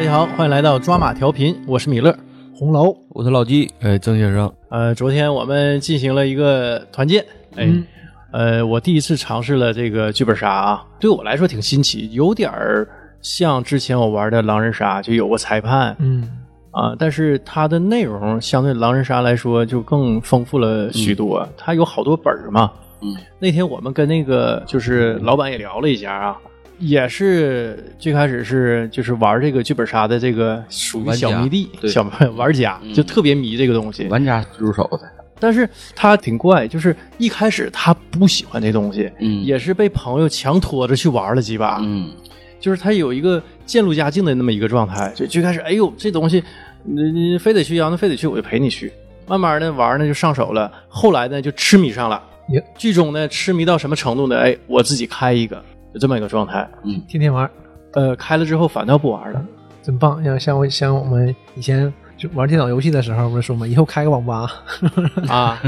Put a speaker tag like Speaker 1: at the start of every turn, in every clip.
Speaker 1: 你好，欢迎来到抓马调频，我是米勒。
Speaker 2: 红楼，
Speaker 3: 我是老纪，哎，郑先生，
Speaker 1: 呃，昨天我们进行了一个团建，哎，
Speaker 2: 嗯
Speaker 3: 嗯
Speaker 1: 呃，我第一次尝试了这个剧本杀啊，对我来说挺新奇，有点儿像之前我玩的狼人杀，就有个裁判
Speaker 2: 嗯，
Speaker 1: 啊、但是它的内容相对狼人杀来说就更丰富了许多，它有好多本儿嘛。
Speaker 3: 嗯，
Speaker 1: 那天我们跟那个就是老板也聊了一下啊。也是最开始是就是玩这个剧本杀的这个属于
Speaker 3: 玩家
Speaker 1: 小迷弟
Speaker 3: 对嗯
Speaker 1: 小 玩家，就特别迷这个东西。
Speaker 3: 玩家入手的，
Speaker 1: 但是他挺怪，就是一开始他不喜欢这东西，
Speaker 3: 嗯
Speaker 1: 也是被朋友强拖着去玩了几把，
Speaker 3: 嗯，
Speaker 1: 就是他有一个渐入佳境的那么一个状态。就最开始，哎呦，这东西你你非得去呀，那非得去，我就陪你去。慢慢的玩呢就上手了，后来呢就痴迷上了
Speaker 2: 耶。
Speaker 1: 剧中呢痴迷到什么程度呢？哎，我自己开一个，就这么一个状态。
Speaker 2: 天天玩儿，
Speaker 1: 呃，开了之后反倒不玩了。
Speaker 2: 真棒！像像我像我们以前就玩电脑游戏的时候，不是说嘛，以后开个网吧，
Speaker 1: 啊，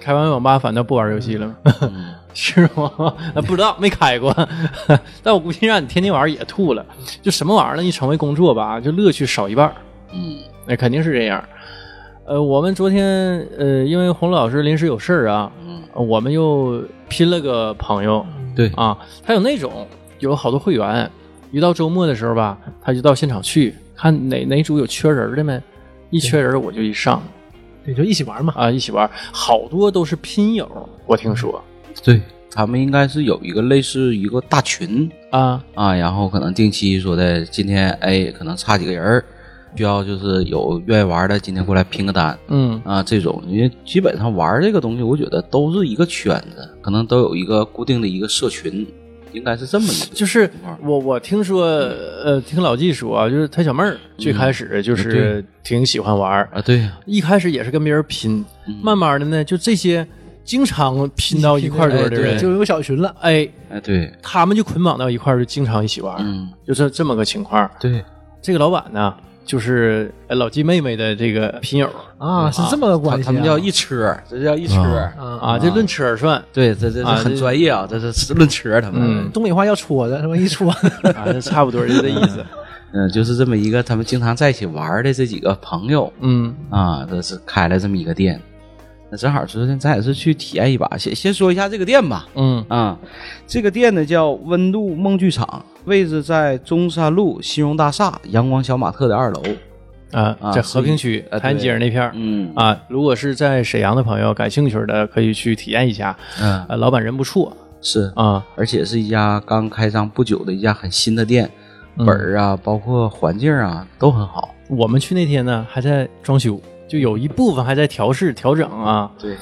Speaker 1: 开完网吧反倒不玩游戏了， 是吗？那不知道，没开过。 但我估计让你天天玩也吐了，就什么玩意儿呢？一成为工作吧，就乐趣少一半儿。
Speaker 3: 嗯，
Speaker 1: 那肯定是这样。呃，我们昨天呃，因为洪老师临时有事儿啊，呃我们又拼了个朋友
Speaker 3: 对，
Speaker 1: 啊。他有那种有好多会员，一到周末的时候吧，他就到现场去看哪哪组有缺人儿的没，一缺人儿我就一上。
Speaker 2: 对，就一起玩嘛。
Speaker 1: 啊，一起玩，好多都是拼友，我听说
Speaker 3: 对，他们应该是有一个类似一个大群
Speaker 1: 啊，
Speaker 3: 啊，然后可能定期说的，今天哎，可能差几个人儿，需要就是有愿意玩的，今天过来拼个单
Speaker 1: 嗯
Speaker 3: 啊，这种，因为基本上玩这个东西，我觉得都是一个圈子，可能都有一个固定的一个社群，应该是这么一个，
Speaker 1: 就是我我听说，呃，听老纪说啊，就是他小妹儿最开始就是挺喜欢玩儿，
Speaker 3: 啊，对呀，
Speaker 1: 一开始也是跟别人拼，
Speaker 3: 嗯
Speaker 1: 慢慢的呢，就这些经常拼到一块儿
Speaker 3: 哎
Speaker 1: 的人，
Speaker 3: 对
Speaker 1: 就
Speaker 2: 就有小群了，
Speaker 1: 哎，
Speaker 3: 哎，对，
Speaker 1: 他们就捆绑到一块儿，就经常一起玩儿，
Speaker 3: 嗯，
Speaker 1: 就这这么个情况。
Speaker 3: 对，
Speaker 1: 这个老板呢，就是呃老纪妹妹的这个拼友
Speaker 2: 啊，是这么个
Speaker 3: 他
Speaker 2: 关系啊。
Speaker 3: 他们叫一车，这叫一车。
Speaker 2: 啊，
Speaker 1: 啊，这论吃而算，
Speaker 3: 对，这这是
Speaker 1: 啊
Speaker 3: 很
Speaker 1: 这
Speaker 3: 专业啊，这是论车他 们。
Speaker 1: 嗯
Speaker 2: 东北话叫戳子，是吧？一戳，
Speaker 1: 啊，这差不多就这意思，
Speaker 3: 嗯，就是这么一个他们经常在一起玩的这几个朋友
Speaker 1: 嗯。
Speaker 3: 啊，这是开了这么一个店。那正好昨天咱也是去体验一把，先先说一下这个店吧。
Speaker 1: 嗯
Speaker 3: 啊，这个店呢叫温度梦剧场，位置在中山路新荣大厦阳光小马特的二楼。
Speaker 1: 啊，
Speaker 3: 啊
Speaker 1: 在和平区
Speaker 3: 所以啊
Speaker 1: 潘安街那片儿、
Speaker 3: 嗯
Speaker 1: 啊，如果是在沈阳的朋友感兴趣的，可以去体验一下。
Speaker 3: 嗯，
Speaker 1: 呃，老板人不错
Speaker 3: 是，
Speaker 1: 啊，
Speaker 3: 而且是一家刚开张不久的一家很新的店，
Speaker 1: 嗯
Speaker 3: 本儿啊，包括环境啊都很好。
Speaker 1: 我们去那天呢还在装修，就有一部分还在调试调整啊，
Speaker 3: 对，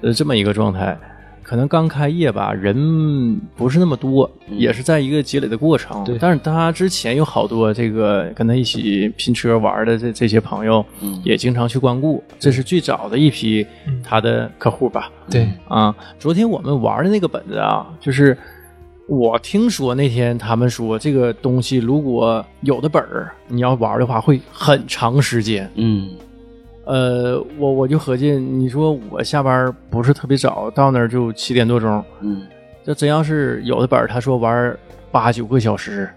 Speaker 1: 呃，这么一个状态。可能刚开业吧，人不是那么多，
Speaker 3: 嗯
Speaker 1: 也是在一个积累的过程。
Speaker 3: 对
Speaker 1: 但是他之前有好多这个跟他一起拼车玩的这这些朋友，
Speaker 3: 嗯
Speaker 1: 也经常去光顾，这是最早的一批他的客户吧。
Speaker 2: 对，
Speaker 1: 啊，昨天我们玩的那个本子啊，就是我听说那天他们说这个东西，如果有的本儿你要玩的话，会很长时间。
Speaker 3: 嗯
Speaker 1: 呃，我我就合计，你说我下班不是特别早，到那儿就七点多钟，
Speaker 3: 嗯，
Speaker 1: 这真要是有的本儿，他说玩八九个小时，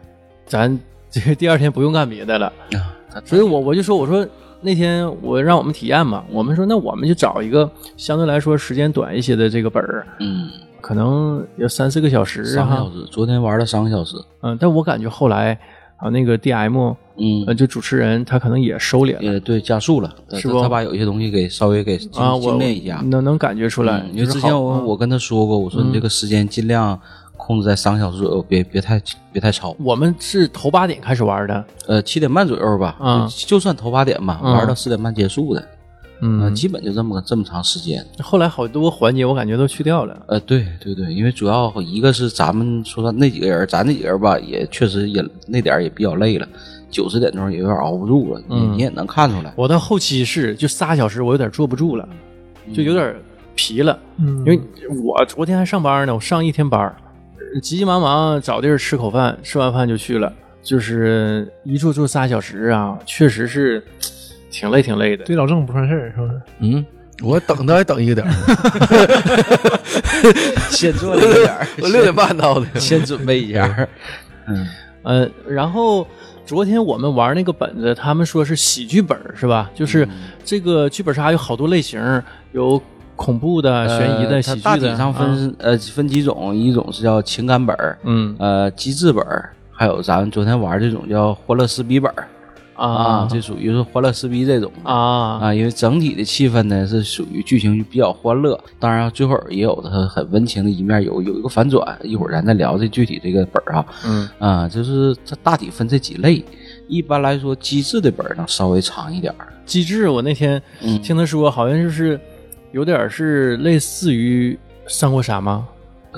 Speaker 1: 咱这个第二天不用干别的了。
Speaker 3: 啊，他
Speaker 1: 所以我我就说，我说那天我让我们体验嘛，我们说那我们就找一个相对来说时间短一些的这个本儿。
Speaker 3: 嗯。
Speaker 1: 可能有三四个小时
Speaker 3: 三个
Speaker 1: 哈
Speaker 3: 小，时，昨天玩了三个小时。
Speaker 1: 嗯，但我感觉后来啊，那个 DM
Speaker 3: 嗯
Speaker 1: 呃，就主持人他可能也收敛了
Speaker 3: 也对，加速了，
Speaker 1: 是
Speaker 3: 他
Speaker 1: 不
Speaker 3: 他把有些东西给稍微给精
Speaker 1: 啊，我
Speaker 3: 精炼一下。
Speaker 1: 能能感觉出来，
Speaker 3: 嗯因
Speaker 1: 就
Speaker 3: 为
Speaker 1: 是
Speaker 3: 之前
Speaker 1: 好嗯
Speaker 3: 我我跟他说过，我说你这个时间尽量控制在三个小时左右，别别太别太超。
Speaker 1: 嗯我们是头八点开始玩的，
Speaker 3: 呃，七点半左右吧，
Speaker 1: 啊
Speaker 3: 就就算头八点吧，
Speaker 1: 嗯
Speaker 3: 玩到十点半结束的，呃
Speaker 1: 嗯，
Speaker 3: 基本就这么个这么长时间。
Speaker 1: 后来好多环节我感觉都去掉了，
Speaker 3: 呃，对对对，因为主要一个是咱们说的那几个人，咱那几个人吧，也确实也那点儿也比较累了，九十点钟也有点熬不住了，你
Speaker 1: 嗯
Speaker 3: 你也能看出来。
Speaker 1: 我到后期是就仨小时，我有点坐不住了，就
Speaker 3: 嗯
Speaker 1: 有点疲了，
Speaker 2: 嗯，
Speaker 1: 因为我昨天还上班呢，我上一天班儿，呃急急忙忙找地儿吃口饭，吃完饭就去了，就是一坐坐仨小时啊，确实是挺累挺累的。
Speaker 2: 对老郑不算事儿，是不是？
Speaker 4: 嗯，我等他还等一个点儿，
Speaker 3: 先做了一点儿，
Speaker 4: 我六点半到的。
Speaker 3: 先准备一下。嗯，
Speaker 1: 呃，然后昨天我们玩那个本子，他们说是喜剧本是吧？就是
Speaker 3: 嗯
Speaker 1: 这个剧本杀有好多类型，有恐怖的、悬疑的、
Speaker 3: 呃
Speaker 1: 喜
Speaker 3: 它
Speaker 1: 剧的，
Speaker 3: 大体上
Speaker 1: 啊
Speaker 3: 分呃分几种，一种是叫情感本儿，
Speaker 1: 嗯
Speaker 3: 呃机制本儿，还有咱们昨天玩这种叫欢乐撕逼本儿啊，这属于是欢乐撕逼这种的
Speaker 1: 啊
Speaker 3: 啊，因为整体的气氛呢是属于剧情比较欢乐，当然最后也有它很温情的一面，有有一个反转，一会儿咱再聊这具体这个本儿啊，
Speaker 1: 嗯
Speaker 3: 啊，就是它大体分这几类。一般来说，机制的本儿能稍微长一点儿，
Speaker 1: 机制，我那天
Speaker 3: 嗯
Speaker 1: 听他说，好像就是有点儿是类似于三国杀吗？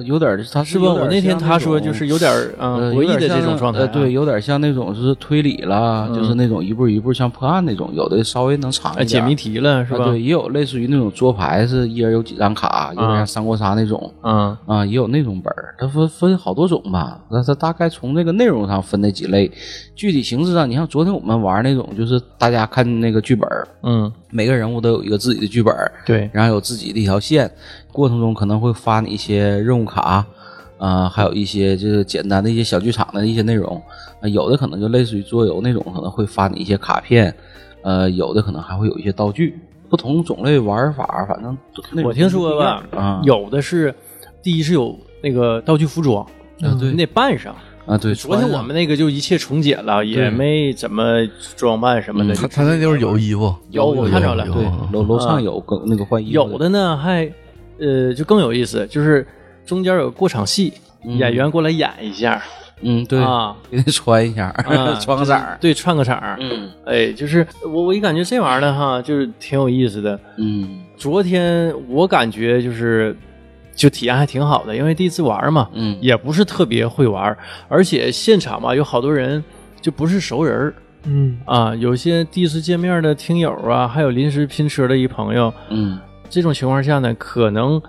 Speaker 3: 有点儿它
Speaker 1: 是吧？
Speaker 3: 有点
Speaker 1: 我
Speaker 3: 儿
Speaker 1: 那天
Speaker 3: 像
Speaker 1: 他说
Speaker 3: 种
Speaker 1: 就是有点儿嗯
Speaker 3: 呃
Speaker 1: 博弈
Speaker 3: 有
Speaker 1: 的
Speaker 3: 点
Speaker 1: 这种
Speaker 3: 像
Speaker 1: 状态啊，
Speaker 3: 呃，对，有点像那种就是推理啦，就是那种一步一步像破案那种，有的稍微能长
Speaker 1: 呃
Speaker 3: 一点。
Speaker 1: 解谜题了是
Speaker 3: 啊
Speaker 1: 吧？
Speaker 3: 对，也有类似于那种桌牌是一人有几张卡，有
Speaker 1: 啊
Speaker 3: 点像三国杀那种
Speaker 1: 嗯
Speaker 3: 啊，也有那种本儿，它分分好多种吧。那它大概从这个内容上分那几类，具体形式上，你像昨天我们玩那种，就是大家看那个剧本儿，
Speaker 1: 嗯，
Speaker 3: 每个人物都有一个自己的剧本儿，
Speaker 1: 对，
Speaker 3: 然后有自己的一条线，过程中可能会发你一些任务卡，啊，还有一些就是简单的一些小剧场的一些内容，啊，有的可能就类似于桌游那种，可能会发你一些卡片，呃，有的可能还会有一些道具，不同种类玩法，反正都那种
Speaker 1: 我听说吧
Speaker 3: 不一样啊，
Speaker 1: 有的是第一是有那个道具服装，
Speaker 2: 嗯
Speaker 1: 你得扮上。
Speaker 3: 啊，对，
Speaker 1: 昨天我们那个就一切重解了，也没怎么装扮什么的。
Speaker 3: 嗯
Speaker 4: 他他那地方有衣服，
Speaker 1: 有我看着了
Speaker 4: 有
Speaker 3: 对楼楼上有个那个换衣服
Speaker 1: 啊有的呢还呃就更有意思，就是中间有过场戏，
Speaker 3: 嗯
Speaker 1: 演员过来演一下
Speaker 3: 嗯，对，
Speaker 1: 啊，
Speaker 3: 给你穿一下，
Speaker 1: 啊
Speaker 3: 穿个色儿，
Speaker 1: 对，串个场儿。
Speaker 3: 嗯
Speaker 1: 哎，就是我我一感觉这玩意儿呢哈，就是挺有意思的。
Speaker 3: 嗯
Speaker 1: 昨天我感觉就是就体验还挺好的，因为第一次玩嘛，
Speaker 3: 嗯，
Speaker 1: 也不是特别会玩，而且现场吧有好多人就不是熟人儿
Speaker 2: 嗯，
Speaker 1: 啊，有些第一次见面的听友啊，还有临时拼车的一朋友，
Speaker 3: 嗯
Speaker 1: 这种情况下呢，可能。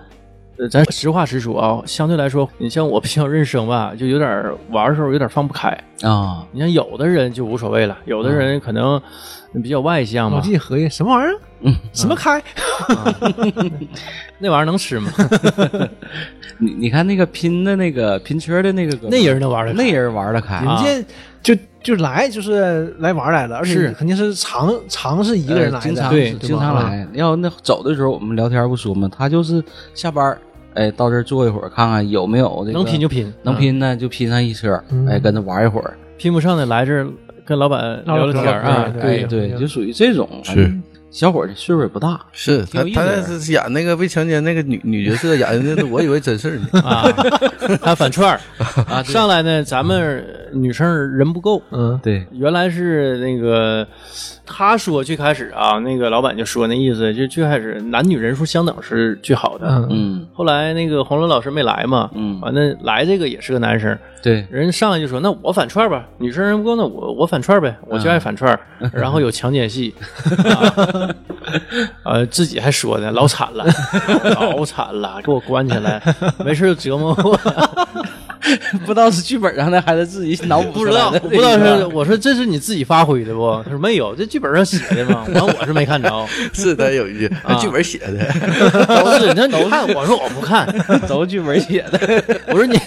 Speaker 1: 呃，咱实话实说啊，相对来说，你像我比较认生吧，就有点儿玩的时候有点放不开。
Speaker 3: 啊，
Speaker 1: 你像有的人就无所谓了，有的人可能比较外向嘛
Speaker 2: 我自，己合计什么玩意儿？
Speaker 3: 嗯，
Speaker 2: 什么开？
Speaker 1: 那玩意儿能吃吗？
Speaker 3: 你你看那个拼的那个拼车的那个哥们儿
Speaker 1: 那人能玩的，
Speaker 3: 那人玩得开，
Speaker 1: 啊
Speaker 2: 人家就就来就是来玩来了，而且
Speaker 1: 是
Speaker 2: 肯定是尝尝试一个人来
Speaker 3: 呃经
Speaker 2: 的，
Speaker 3: 常
Speaker 1: 对
Speaker 2: 吧
Speaker 3: 经常。来。要那走的时候我们聊天不说嘛，他就是下班儿，哎，到这儿坐一会儿，看看有没 有这个
Speaker 1: 能拼就嗯拼，
Speaker 3: 能拼呢，就拼上一车，
Speaker 2: 嗯
Speaker 3: 哎，跟他玩一会儿，
Speaker 1: 拼不上的来这儿跟老板聊聊天儿啊
Speaker 2: 哎，
Speaker 3: 哎
Speaker 2: 对
Speaker 3: 对，
Speaker 2: 对
Speaker 3: 就属于这种。反正小伙儿岁数也不大，
Speaker 4: 是
Speaker 3: 挺
Speaker 4: 他
Speaker 3: 有意思
Speaker 4: 他
Speaker 3: 的
Speaker 4: 那是演那个未成年那个女女角色演的，那我以为真事儿 呢。
Speaker 1: 啊， 他反 串儿啊，上来呢，咱们女生人不够，
Speaker 2: 嗯，
Speaker 3: 对，
Speaker 1: 原来是那个他说最开始啊，那个老板就说那意思，就最开始男女人数相等是最好的。
Speaker 2: 嗯
Speaker 3: 嗯
Speaker 1: 后来那个黄伦老师没来嘛，
Speaker 3: 嗯
Speaker 1: 完了来这个也是个男生，
Speaker 3: 对，
Speaker 1: 人上来就说那我反串吧，女生人不够，那我我反串呗，我就爱反 串。然后有强奸 戏，啊呃，自己还说呢，老惨了，老惨了，给我关起来，没事就折磨我。
Speaker 3: 不知道是剧本上的还是自己脑 补
Speaker 1: 不
Speaker 3: 出
Speaker 1: 知
Speaker 3: 来
Speaker 1: 道，
Speaker 3: 的啊
Speaker 1: 我不知道是我说这是你自己发挥的不？他说没有，这剧本上写的嘛。完我是没 看着，
Speaker 4: 是他有一句那剧本写的，
Speaker 1: 都是你说你看，我说我不 看，
Speaker 3: 都剧本写的。
Speaker 1: 我说你，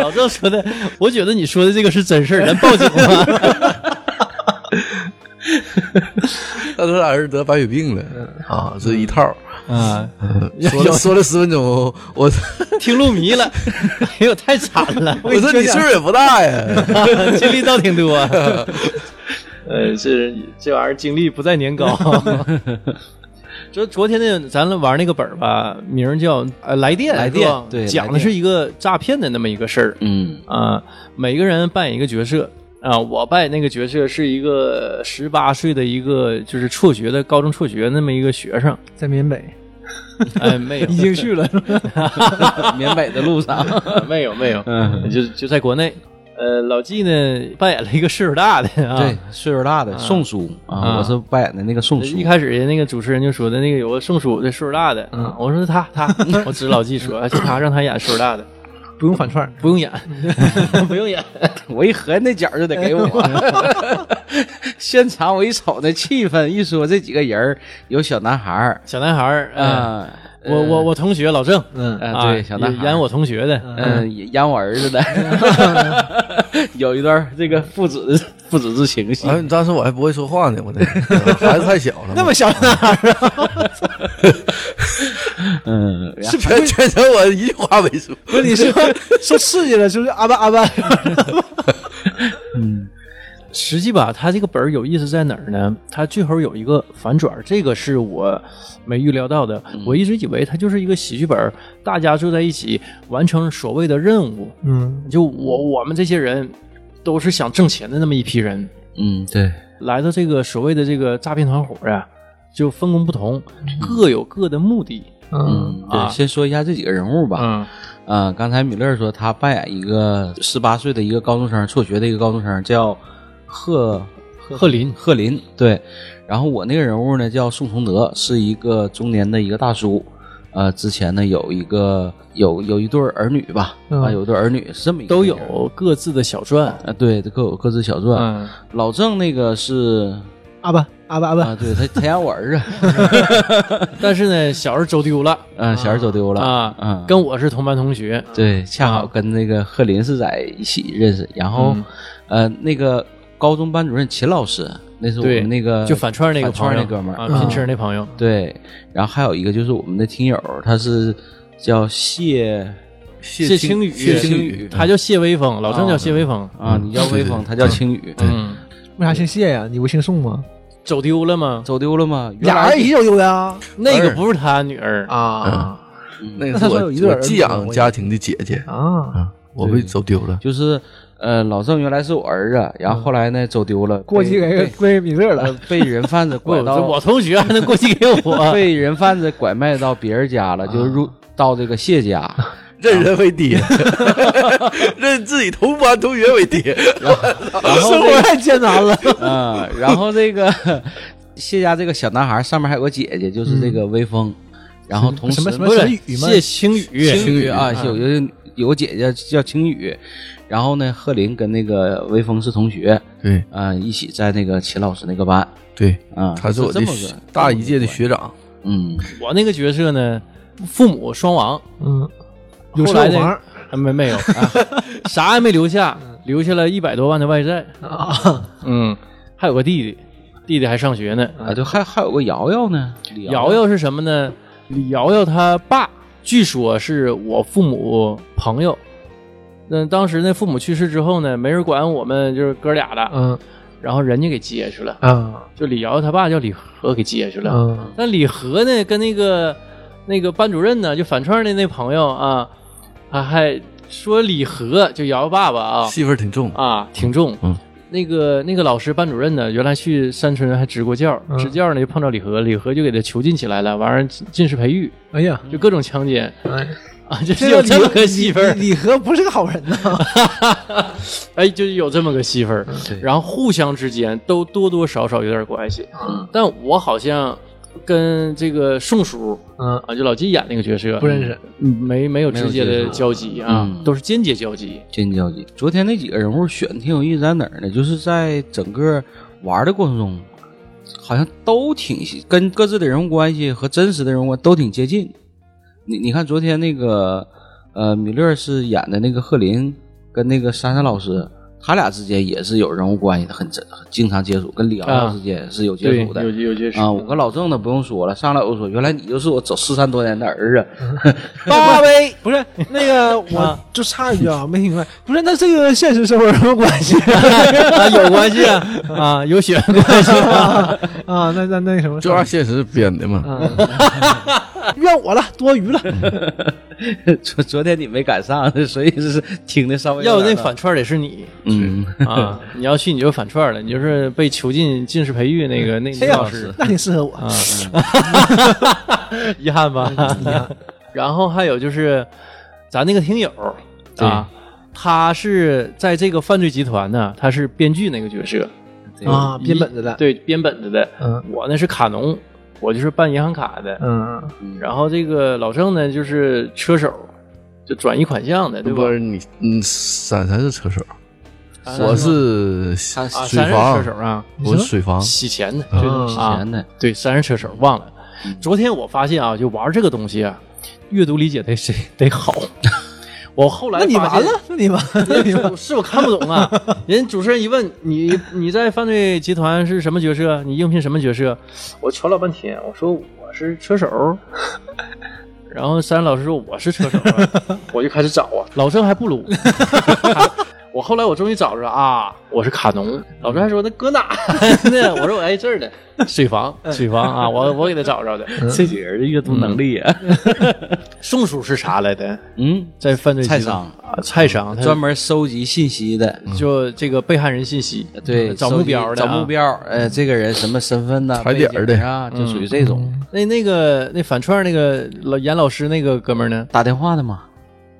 Speaker 1: 老郑说的，我觉得你说的这个是真事儿，咱报警吧。
Speaker 4: 他说俩人得白血病了啊，这一套嗯
Speaker 1: 啊，
Speaker 4: 说了说了十分钟，我
Speaker 1: 听入迷了， 哎呦太惨了，
Speaker 4: 我说你岁数也不大呀，
Speaker 1: 经历倒挺多。 呃，这这玩意儿经历不在年 高。昨昨天那咱玩那个本儿吧，名儿叫呃来电，
Speaker 3: 来电
Speaker 1: 是吧
Speaker 3: 对
Speaker 1: 讲
Speaker 3: 来
Speaker 1: 的
Speaker 3: 电
Speaker 1: 是一个诈骗的那么一个事儿
Speaker 3: 嗯
Speaker 1: 啊、每个人扮演一个角色啊、我扮演那个角色是一个十八岁的一个就是辍学的高中辍学那么一个学生，
Speaker 2: 在缅北
Speaker 1: 哎， 没有，
Speaker 2: 已经去了，
Speaker 3: 缅北的路 上，
Speaker 1: 没有没有，
Speaker 3: 嗯
Speaker 1: 就就在国内。呃，老纪呢扮演了一个岁数大的啊，
Speaker 3: 对，岁数大的宋叔
Speaker 1: 啊
Speaker 3: 啊，我是扮演的那个宋叔
Speaker 1: 呃一。开始那个主持人就说的那个有个宋鼠的岁数大的，嗯，我说他 他，我指老纪说，哎就他让他演岁数大的，
Speaker 2: 不用反串儿。
Speaker 1: 不用 演，不用演，
Speaker 3: 我一合计那角儿就得给 我。现场我一瞅那气氛，一说这几个人儿有小男孩儿
Speaker 1: 小男孩儿，嗯，
Speaker 3: 啊，
Speaker 1: 我我我同学老郑，
Speaker 2: 嗯
Speaker 3: 啊
Speaker 1: 啊，
Speaker 3: 对小男孩
Speaker 1: 也演我同学的，
Speaker 3: 嗯，也演我儿子 的， 有一段这个父子的父子之情戏，
Speaker 4: 哎，当时我还不会说话呢，我这孩子太小了嘛，
Speaker 1: 那么小男孩儿啊，
Speaker 3: 嗯，然后
Speaker 4: 全全程我一句话没说，
Speaker 1: 不是你 说说刺激了，就是阿巴阿巴，
Speaker 3: 嗯，
Speaker 1: 实际吧，他这个本儿有意思在哪儿呢？他最后有一个反转，这个是我没预料到的。
Speaker 3: 嗯
Speaker 1: 我一直以为它就是一个喜剧本儿，大家坐在一起完成所谓的任务。
Speaker 2: 嗯
Speaker 1: 就我我们这些人都是想挣钱的那么一批人，
Speaker 3: 嗯，对，
Speaker 1: 来到这个所谓的这个诈骗团伙啊，就分工不同，各有各的目的。
Speaker 2: 嗯
Speaker 3: 嗯，
Speaker 1: 啊
Speaker 3: 对，先说一下这几个人物吧。
Speaker 1: 嗯
Speaker 3: 啊，刚才米勒说他扮演一个十八岁的一个高中生，辍学的一个高中生，叫贺
Speaker 1: 贺林
Speaker 3: 贺林。对，然后我那个人物呢叫宋崇德，是一个中年的一个大叔。呃，之前呢有一个有有一对儿儿女吧，
Speaker 2: 嗯
Speaker 3: 啊，有一对儿儿女是这么一个
Speaker 1: 都
Speaker 3: 电影
Speaker 1: 有各自的小传。
Speaker 3: 啊，对，各有各自小传。
Speaker 1: 嗯，
Speaker 3: 老郑那个是
Speaker 2: 阿巴阿巴阿
Speaker 3: 啊，
Speaker 2: 巴，
Speaker 3: 对他他演我儿子，
Speaker 1: 但是呢，小人走丢了
Speaker 3: 嗯，小孩走丢了
Speaker 1: 啊，
Speaker 3: 嗯，
Speaker 1: 跟我是同班同学。
Speaker 3: 对，恰好跟那个贺林是在一起认识，然后、
Speaker 1: 嗯
Speaker 3: 呃，那个高中班主任秦老师，那是我
Speaker 1: 对
Speaker 3: 们那个
Speaker 1: 就反串那个
Speaker 3: 嗯
Speaker 1: 朋
Speaker 3: 反串
Speaker 1: 友
Speaker 3: 那哥们儿，
Speaker 1: 啊，
Speaker 2: 嗯
Speaker 1: 拼车那朋友，
Speaker 3: 对，然后还有一个就是我们的听友，他是叫谢
Speaker 1: 谢
Speaker 4: 青
Speaker 1: 青宇，
Speaker 4: 谢青嗯
Speaker 1: 宇，他叫谢微风，老郑叫谢微风，
Speaker 3: 啊，你叫微风，他叫青宇，
Speaker 1: 嗯，
Speaker 2: 为啥姓谢呀？你不姓宋吗？
Speaker 1: 走丢了吗？
Speaker 3: 走丢了吗？原
Speaker 2: 俩
Speaker 3: 来
Speaker 2: 人一起走丢的啊
Speaker 1: 那个不是他女儿，嗯
Speaker 2: 啊那
Speaker 4: 那个
Speaker 2: 他
Speaker 4: 是
Speaker 2: 说
Speaker 4: 我
Speaker 2: 有一对儿
Speaker 4: 我寄养家庭的姐姐
Speaker 2: 啊！
Speaker 4: 啊，我被走丢了。
Speaker 3: 就是呃，老郑原来是我儿子，然
Speaker 1: 嗯
Speaker 3: 后后来呢走丢了，
Speaker 2: 过
Speaker 3: 被
Speaker 2: 继给
Speaker 3: 被
Speaker 2: 归米勒
Speaker 3: 呃
Speaker 2: 了，
Speaker 3: 被人贩子
Speaker 1: 不，
Speaker 3: 拐到
Speaker 1: 这 啊我同学还能过去给我，
Speaker 3: 被人贩子拐卖到别人家了，
Speaker 1: 啊
Speaker 3: 就入到这个 谢家，
Speaker 4: 认人为爹，认自己同班同学为爹，
Speaker 2: 生活太艰难了。
Speaker 3: 嗯，然后这个 谢家这个小男孩上面还有个姐姐，就是这个微风，然后同时
Speaker 2: 嗯什么什么
Speaker 1: 不
Speaker 2: 什
Speaker 1: 是
Speaker 2: 么语吗
Speaker 1: 谢青宇，
Speaker 3: 青
Speaker 4: 宇
Speaker 3: 啊，
Speaker 2: 嗯
Speaker 3: 有有有个姐姐叫青雨，然后呢，贺林跟那个微风是同学，
Speaker 4: 对
Speaker 3: 嗯、一起在那个秦老师那个班，
Speaker 4: 对，
Speaker 3: 啊、
Speaker 4: 他是
Speaker 3: 是
Speaker 4: 我
Speaker 3: 这
Speaker 4: 的
Speaker 3: 么
Speaker 4: 学
Speaker 3: 个
Speaker 4: 大一届的，学长，
Speaker 3: 嗯，
Speaker 1: 我那个角色呢，父母双亡，
Speaker 2: 嗯，有
Speaker 1: 后
Speaker 2: 车
Speaker 1: 来
Speaker 2: 有
Speaker 1: 呢
Speaker 2: 房
Speaker 1: 啊没没有，啊啥也没留下，留下了一百多万的外债，
Speaker 2: 啊，
Speaker 1: 嗯，还有个弟弟，弟弟还上学呢，
Speaker 2: 嗯
Speaker 3: 啊，对，还还有个瑶瑶呢，李
Speaker 1: 瑶瑶是什么呢？李瑶瑶她爸据说是我父母朋友。那当时那父母去世之后呢，没人管我们就是哥俩了，
Speaker 2: 嗯
Speaker 1: 然后人家给接去了，
Speaker 2: 啊
Speaker 1: 就李瑶瑶她爸叫李和给接去了。
Speaker 2: 嗯
Speaker 1: 那李和呢，跟那个那个班主任呢，就反串的那朋友啊，啊还说李和就瑶瑶爸爸啊
Speaker 4: 戏份挺重。
Speaker 1: 啊挺重。
Speaker 4: 嗯
Speaker 1: 那个那个老师班主任呢，原来去山村还支过教，
Speaker 2: 嗯
Speaker 1: 支教呢就碰着李和，李和就给他囚禁起来了，完了进进士培育。
Speaker 2: 哎呀，
Speaker 1: 就各种强奸
Speaker 2: 哎，
Speaker 1: 啊，就是有这么个戏份儿，
Speaker 2: 李和不是个好人呐。
Speaker 1: 哎，就是有这么个戏份儿。
Speaker 3: 对
Speaker 1: 然后互相之间都多多少少有点关系，但我好像跟这个宋叔
Speaker 2: 嗯，
Speaker 1: 啊，就老纪演那个角色
Speaker 2: 不认识。
Speaker 1: 嗯没没有直接
Speaker 3: 没有接
Speaker 1: 的
Speaker 3: 触
Speaker 1: 交集啊
Speaker 3: 嗯，
Speaker 1: 都是间接交集。
Speaker 3: 尖叫鸡。昨天那几个人物选挺有意思在哪儿呢？就是在整个玩的过程中，好像都挺跟各自的人物关系和真实的人物关系都挺接近。你你看昨天那个呃，米勒是演的那个贺林跟那个珊珊老师。他俩之间也是有人物关系的，很真，很经常接触，跟李瑶瑶
Speaker 1: 啊
Speaker 3: 之间是有接
Speaker 1: 对，
Speaker 3: 触的。
Speaker 1: 有有接触
Speaker 3: 啊，我跟老郑呢不用说了，上来我说，原来你就是我走失散多年的儿啊子，
Speaker 2: 八位 不是那个，我就插一句啊，没听明白。不是，那这个现实生活有什么关系
Speaker 1: 啊， 有关系啊啊，有血缘关系啊。
Speaker 2: 啊？那那那什么？
Speaker 4: 就按现实编的嘛，
Speaker 3: 啊
Speaker 2: 怨我了，多余了。
Speaker 1: 嗯
Speaker 3: 昨昨天你没赶上，所以是听的稍微
Speaker 1: 要
Speaker 3: 有
Speaker 1: 不那
Speaker 3: 点
Speaker 1: 反串得是你
Speaker 3: 嗯，
Speaker 1: 啊，你要去你就反串了，你就是被囚禁进士培育那个那
Speaker 2: 哎
Speaker 1: 个
Speaker 2: 呀
Speaker 1: 老师。，啊
Speaker 2: 那挺适合我。
Speaker 1: 遗憾吧， 然后还有就是，咱那个听友啊，他是在这个犯罪集团呢，他是编剧那个角色，
Speaker 3: 对
Speaker 2: 啊，编本子的。
Speaker 1: 嗯对，编本子的。
Speaker 2: 嗯
Speaker 1: 我呢是卡农，我就是办银行卡的。
Speaker 2: 嗯
Speaker 1: 然后这个老郑呢就是车手，就转移款项的，对吧
Speaker 4: 不？是你，嗯，闪闪是车手，
Speaker 1: 啊
Speaker 4: 我是水
Speaker 1: 啊，
Speaker 4: 水
Speaker 1: 三人
Speaker 4: 房嗯
Speaker 1: 车手，啊，
Speaker 4: 我是水房，
Speaker 1: 洗钱的，就
Speaker 4: 啊
Speaker 1: 是
Speaker 3: 以
Speaker 1: 啊
Speaker 3: 前，的，
Speaker 1: 对，三人车手忘了。
Speaker 2: 嗯
Speaker 1: 昨天我发现啊，就玩这个东西啊，阅读理解得得得 好。我后来
Speaker 2: 那你
Speaker 1: 发
Speaker 2: 完
Speaker 1: 现
Speaker 2: 了，那你完了，那你完了
Speaker 1: 我 是我看不懂 啊！人主持人一问你，你在犯罪集团是什么角色？你应聘什么角色？我瞧老半天，我说我是车手。 然后三老师说我是车手啊， 我就开始找啊，老郑还不如我。 我后来我终于找着了啊，我是卡农。老郑还说那搁 哪呢？我说我挨这儿呢，嗯水房，水房啊，我我给他找着的。
Speaker 3: 这几个人的阅读能力啊，
Speaker 1: 嗯宋叔是啥来的？
Speaker 3: 嗯，
Speaker 1: 在犯罪集团
Speaker 3: 蔡商
Speaker 1: 啊，蔡商他
Speaker 3: 专门收集信息的，
Speaker 1: 就这个被害人信息，
Speaker 3: 对，
Speaker 1: 找
Speaker 3: 收
Speaker 1: 目
Speaker 3: 集
Speaker 1: 标的，啊嗯
Speaker 3: 找目。标，呃，这个人什么身份呐，
Speaker 4: 踩点儿的
Speaker 3: 背景啊，就属于这种
Speaker 1: 那那个那反串那个老严老师那个哥们儿呢？
Speaker 3: 打电话的嘛，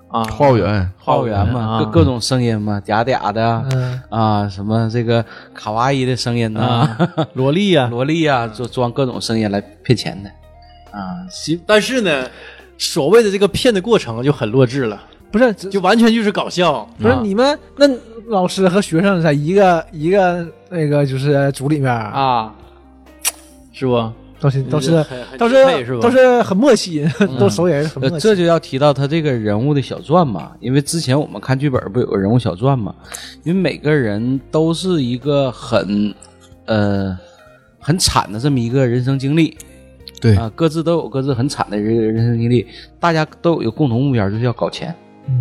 Speaker 1: 啊，
Speaker 4: 话务员，
Speaker 3: 话务员
Speaker 1: 啊嗯
Speaker 3: 嘛，各各种声音嘛，嗲嗲的啊，什么这个卡哇伊的声音呐，
Speaker 1: 啊萝莉 呀、
Speaker 3: 萝莉啊，就装各种声音来骗钱的，啊，
Speaker 1: 其但是呢，所谓的这个骗的过程就很弱智了，
Speaker 2: 不是，这
Speaker 1: 就完全就是搞笑。
Speaker 2: 不是
Speaker 1: 啊
Speaker 2: 你们那老师和学生在一个一个那个就是组里面啊，
Speaker 1: 啊，是不？
Speaker 2: 都是都
Speaker 1: 就是很很
Speaker 2: 都
Speaker 1: 敬佩是
Speaker 2: 是
Speaker 1: 吧嗯
Speaker 2: 都是很默契，都熟人，很
Speaker 3: 呃
Speaker 2: 默，契。
Speaker 3: 这就要提到他这个人物的小传嘛，因为之前我们看剧本不有个人物小传嘛，因为每个人都是一个很，呃，很惨的这么一个人生经历
Speaker 4: 对
Speaker 3: 啊，各自都有各自很惨的人人生经历，大家都有一个共同目标，就是要搞钱。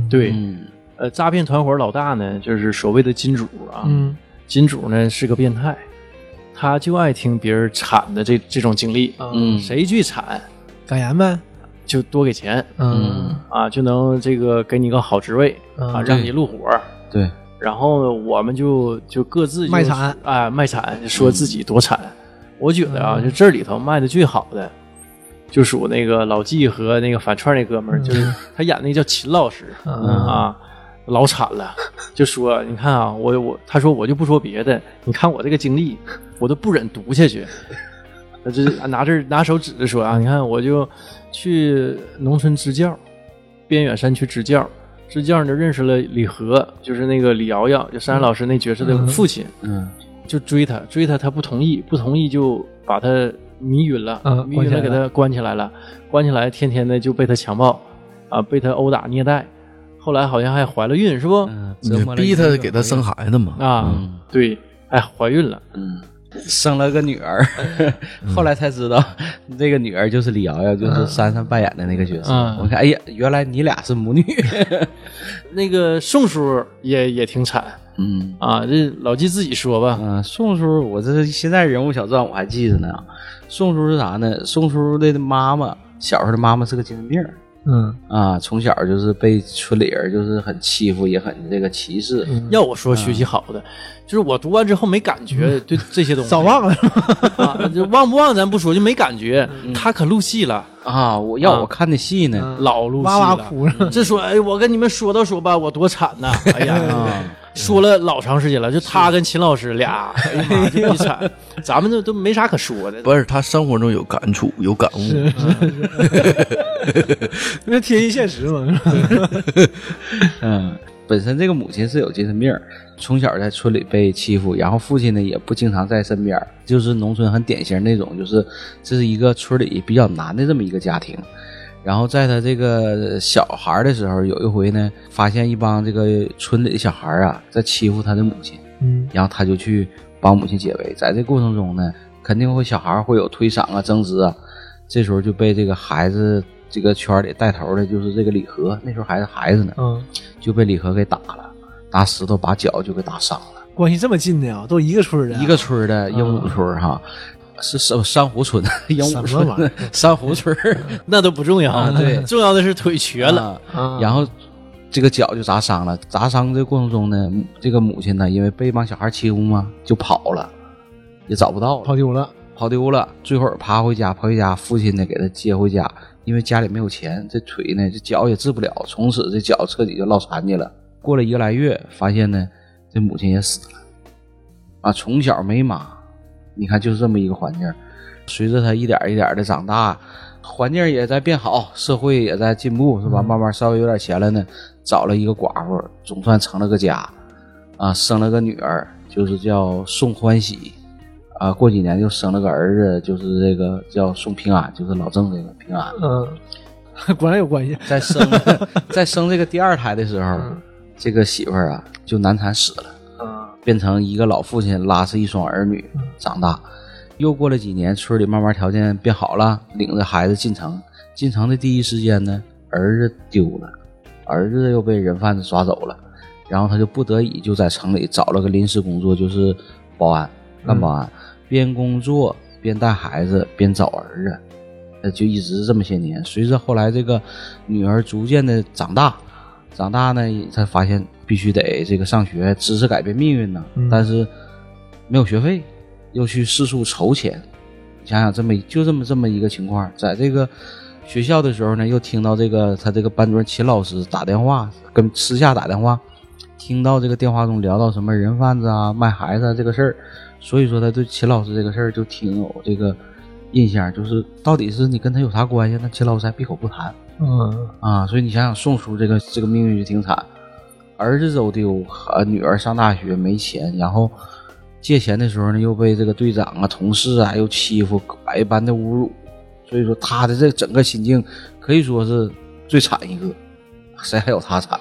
Speaker 1: 对，
Speaker 3: 嗯，
Speaker 1: 呃，诈骗团伙老大呢，就是所谓的金主啊。
Speaker 2: 嗯，
Speaker 1: 金主呢是个变态，他就爱听别人惨的这这种经历。
Speaker 3: 嗯
Speaker 1: 谁最惨
Speaker 2: 感言呗，
Speaker 1: 就多给钱
Speaker 2: 嗯
Speaker 1: 啊，就能这个给你个好职位啊，
Speaker 2: 嗯
Speaker 1: 让你入伙。
Speaker 3: 对，
Speaker 1: 然后呢，我们就就各自就
Speaker 2: 卖惨嗯
Speaker 1: 哎，卖惨，就说自己多惨。我觉得啊，就这里头卖的最好的，就属那个老纪和那个反串那哥
Speaker 2: 嗯
Speaker 1: 们儿，就是 他演那叫秦老师、啊，老惨了，就说你看啊，我我他说我就不说别的，你看我这个经历，我都不忍读下去。他这拿这拿手指着说啊，你看我就去农村支教，边远山区支教，支教呢认识了李和，就是那个李瑶瑶，就山海老师那角色的父亲，
Speaker 3: 嗯，
Speaker 1: 就追他，追他，他不同意，不同意就把他迷晕了，
Speaker 2: 嗯
Speaker 1: 迷晕了
Speaker 2: 关起来了
Speaker 1: 给他关起来了，关起来天天的就被他强暴，啊，被他殴打虐待，后来好像还怀了孕，是不？
Speaker 3: 嗯
Speaker 4: 你逼他给他生，孩子嘛？
Speaker 1: 啊，对，哎，怀孕了，
Speaker 3: 嗯，生了个女儿，后来才知道这个女儿就是李瑶瑶，就是珊珊扮演的那个角色。
Speaker 1: 嗯
Speaker 3: 我看，哎呀，原来你俩是母女。
Speaker 1: 那个宋叔也也挺惨
Speaker 3: 嗯。
Speaker 1: 啊，这老纪自己说吧，
Speaker 3: 嗯，宋叔，我这是现在人物小传我还记着呢。宋叔是啥呢？宋叔的妈妈小时候的妈妈是个精神病儿
Speaker 2: 嗯
Speaker 3: 啊，从小就是被村里人就是很欺负，也很这个歧视。
Speaker 1: 要我说学习好的，就是我读完之后没感觉对这些东西，
Speaker 2: 早忘了，
Speaker 1: 啊， 就忘不忘咱不说，就没感觉，他可入戏了，
Speaker 3: 啊，我要我看的戏呢，
Speaker 1: 老入戏
Speaker 2: 哇哇
Speaker 1: 了。
Speaker 2: 哭了。
Speaker 1: 这说，哎，我跟你们说道说吧，我多惨 呐、哎呀，
Speaker 2: 嗯
Speaker 3: 啊，
Speaker 1: 说了老长时间了，就他跟秦老师俩，哎呀妈，这一 惨，咱们这都没啥可说的。
Speaker 4: 不是，他生活中有感触，有感悟，
Speaker 2: 那贴近现实嘛，
Speaker 3: 嗯，本身这个母亲是有精神病儿，从小在村里被欺负，然后父亲呢也不经常在身边儿，就是农村很典型那种，就是这是一个村里比较难的这么一个家庭。然后在他这个小孩儿的时候，有一回呢，发现一帮这个村里的小孩儿啊在欺负他的母亲，
Speaker 2: 嗯，
Speaker 3: 然后他就去帮母亲解围。在这过程中呢，肯定会小孩会有推搡啊、争执啊，这时候就被这个孩子这个圈里带头的就是这个李和，那时候还是孩子呢，
Speaker 2: 嗯，
Speaker 3: 就被李和给打了，拿石头把脚就给打伤了。嗯
Speaker 2: 关系这么近的啊，都一个村儿的啊，
Speaker 3: 一个村儿的鹦鹉村儿哈，是珊珊瑚村、鹦鹉
Speaker 2: 什么玩意
Speaker 3: 村、珊瑚村 儿
Speaker 1: 那都不重要，
Speaker 3: 啊对
Speaker 1: 重要的是腿瘸了。
Speaker 3: 啊
Speaker 2: 啊，
Speaker 3: 然后这个脚就砸伤了。砸伤这过程中呢，母这个母亲呢，因为被一帮小孩欺负嘛，就跑了，也找不到了，
Speaker 2: 跑丢了，
Speaker 3: 跑丢了。最后爬回家，爬回家，父亲呢给他接回家，因为家里没有钱，这腿呢这脚也治不了，从此这脚彻底就落残疾了。过了一个来月，发现呢这母亲也死了，啊，从小没妈，你看就是这么一个环境。随着他一点一点的长大，环境也在变好，社会也在进步，是吧？慢慢稍微有点钱了呢，找了一个寡妇，总算成了个家，啊，生了个女儿，就是叫宋欢喜，啊，过几年就生了个儿子，就是这个叫宋平安，就是老郑这个平安。
Speaker 2: 嗯， 果然有关系。
Speaker 3: 在生 在生这个第二胎的时候，嗯
Speaker 2: 嗯
Speaker 3: 这个媳妇儿啊就难产死了，变成一个老父亲拉扯一双儿女长大。又过了几年，村里慢慢条件变好了，领着孩子进城。进城的第一时间呢，儿子丢了，儿子又被人贩子抓走了，然后他就不得已就在城里找了个临时工作，就是保安，干保安，边工作边带孩子边找儿子。呃，就一直这么些年。随着后来这个女儿逐渐的长大，长大呢，她发现必须得这个上学，知识改变命运呢。但是没有学费，又去四处筹钱。想想这么就这么这么一个情况，在这个学校的时候呢，又听到这个他这个班主任秦老师打电话，跟私下打电话，听到这个电话中聊到什么人贩子啊、卖孩子啊这个事儿，所以说他对秦老师这个事儿就挺有这个印象，就是到底是你跟他有啥关系？那秦老师还闭口不谈
Speaker 2: 嗯，
Speaker 3: 啊，所以你想想宋叔这个这个命运就挺惨，儿子走丢，呃，女儿上大学没钱，然后借钱的时候呢，又被这个队长啊、同事啊又欺负，百般的侮辱，所以说他的这整个心境可以说是最惨一个，谁还有他惨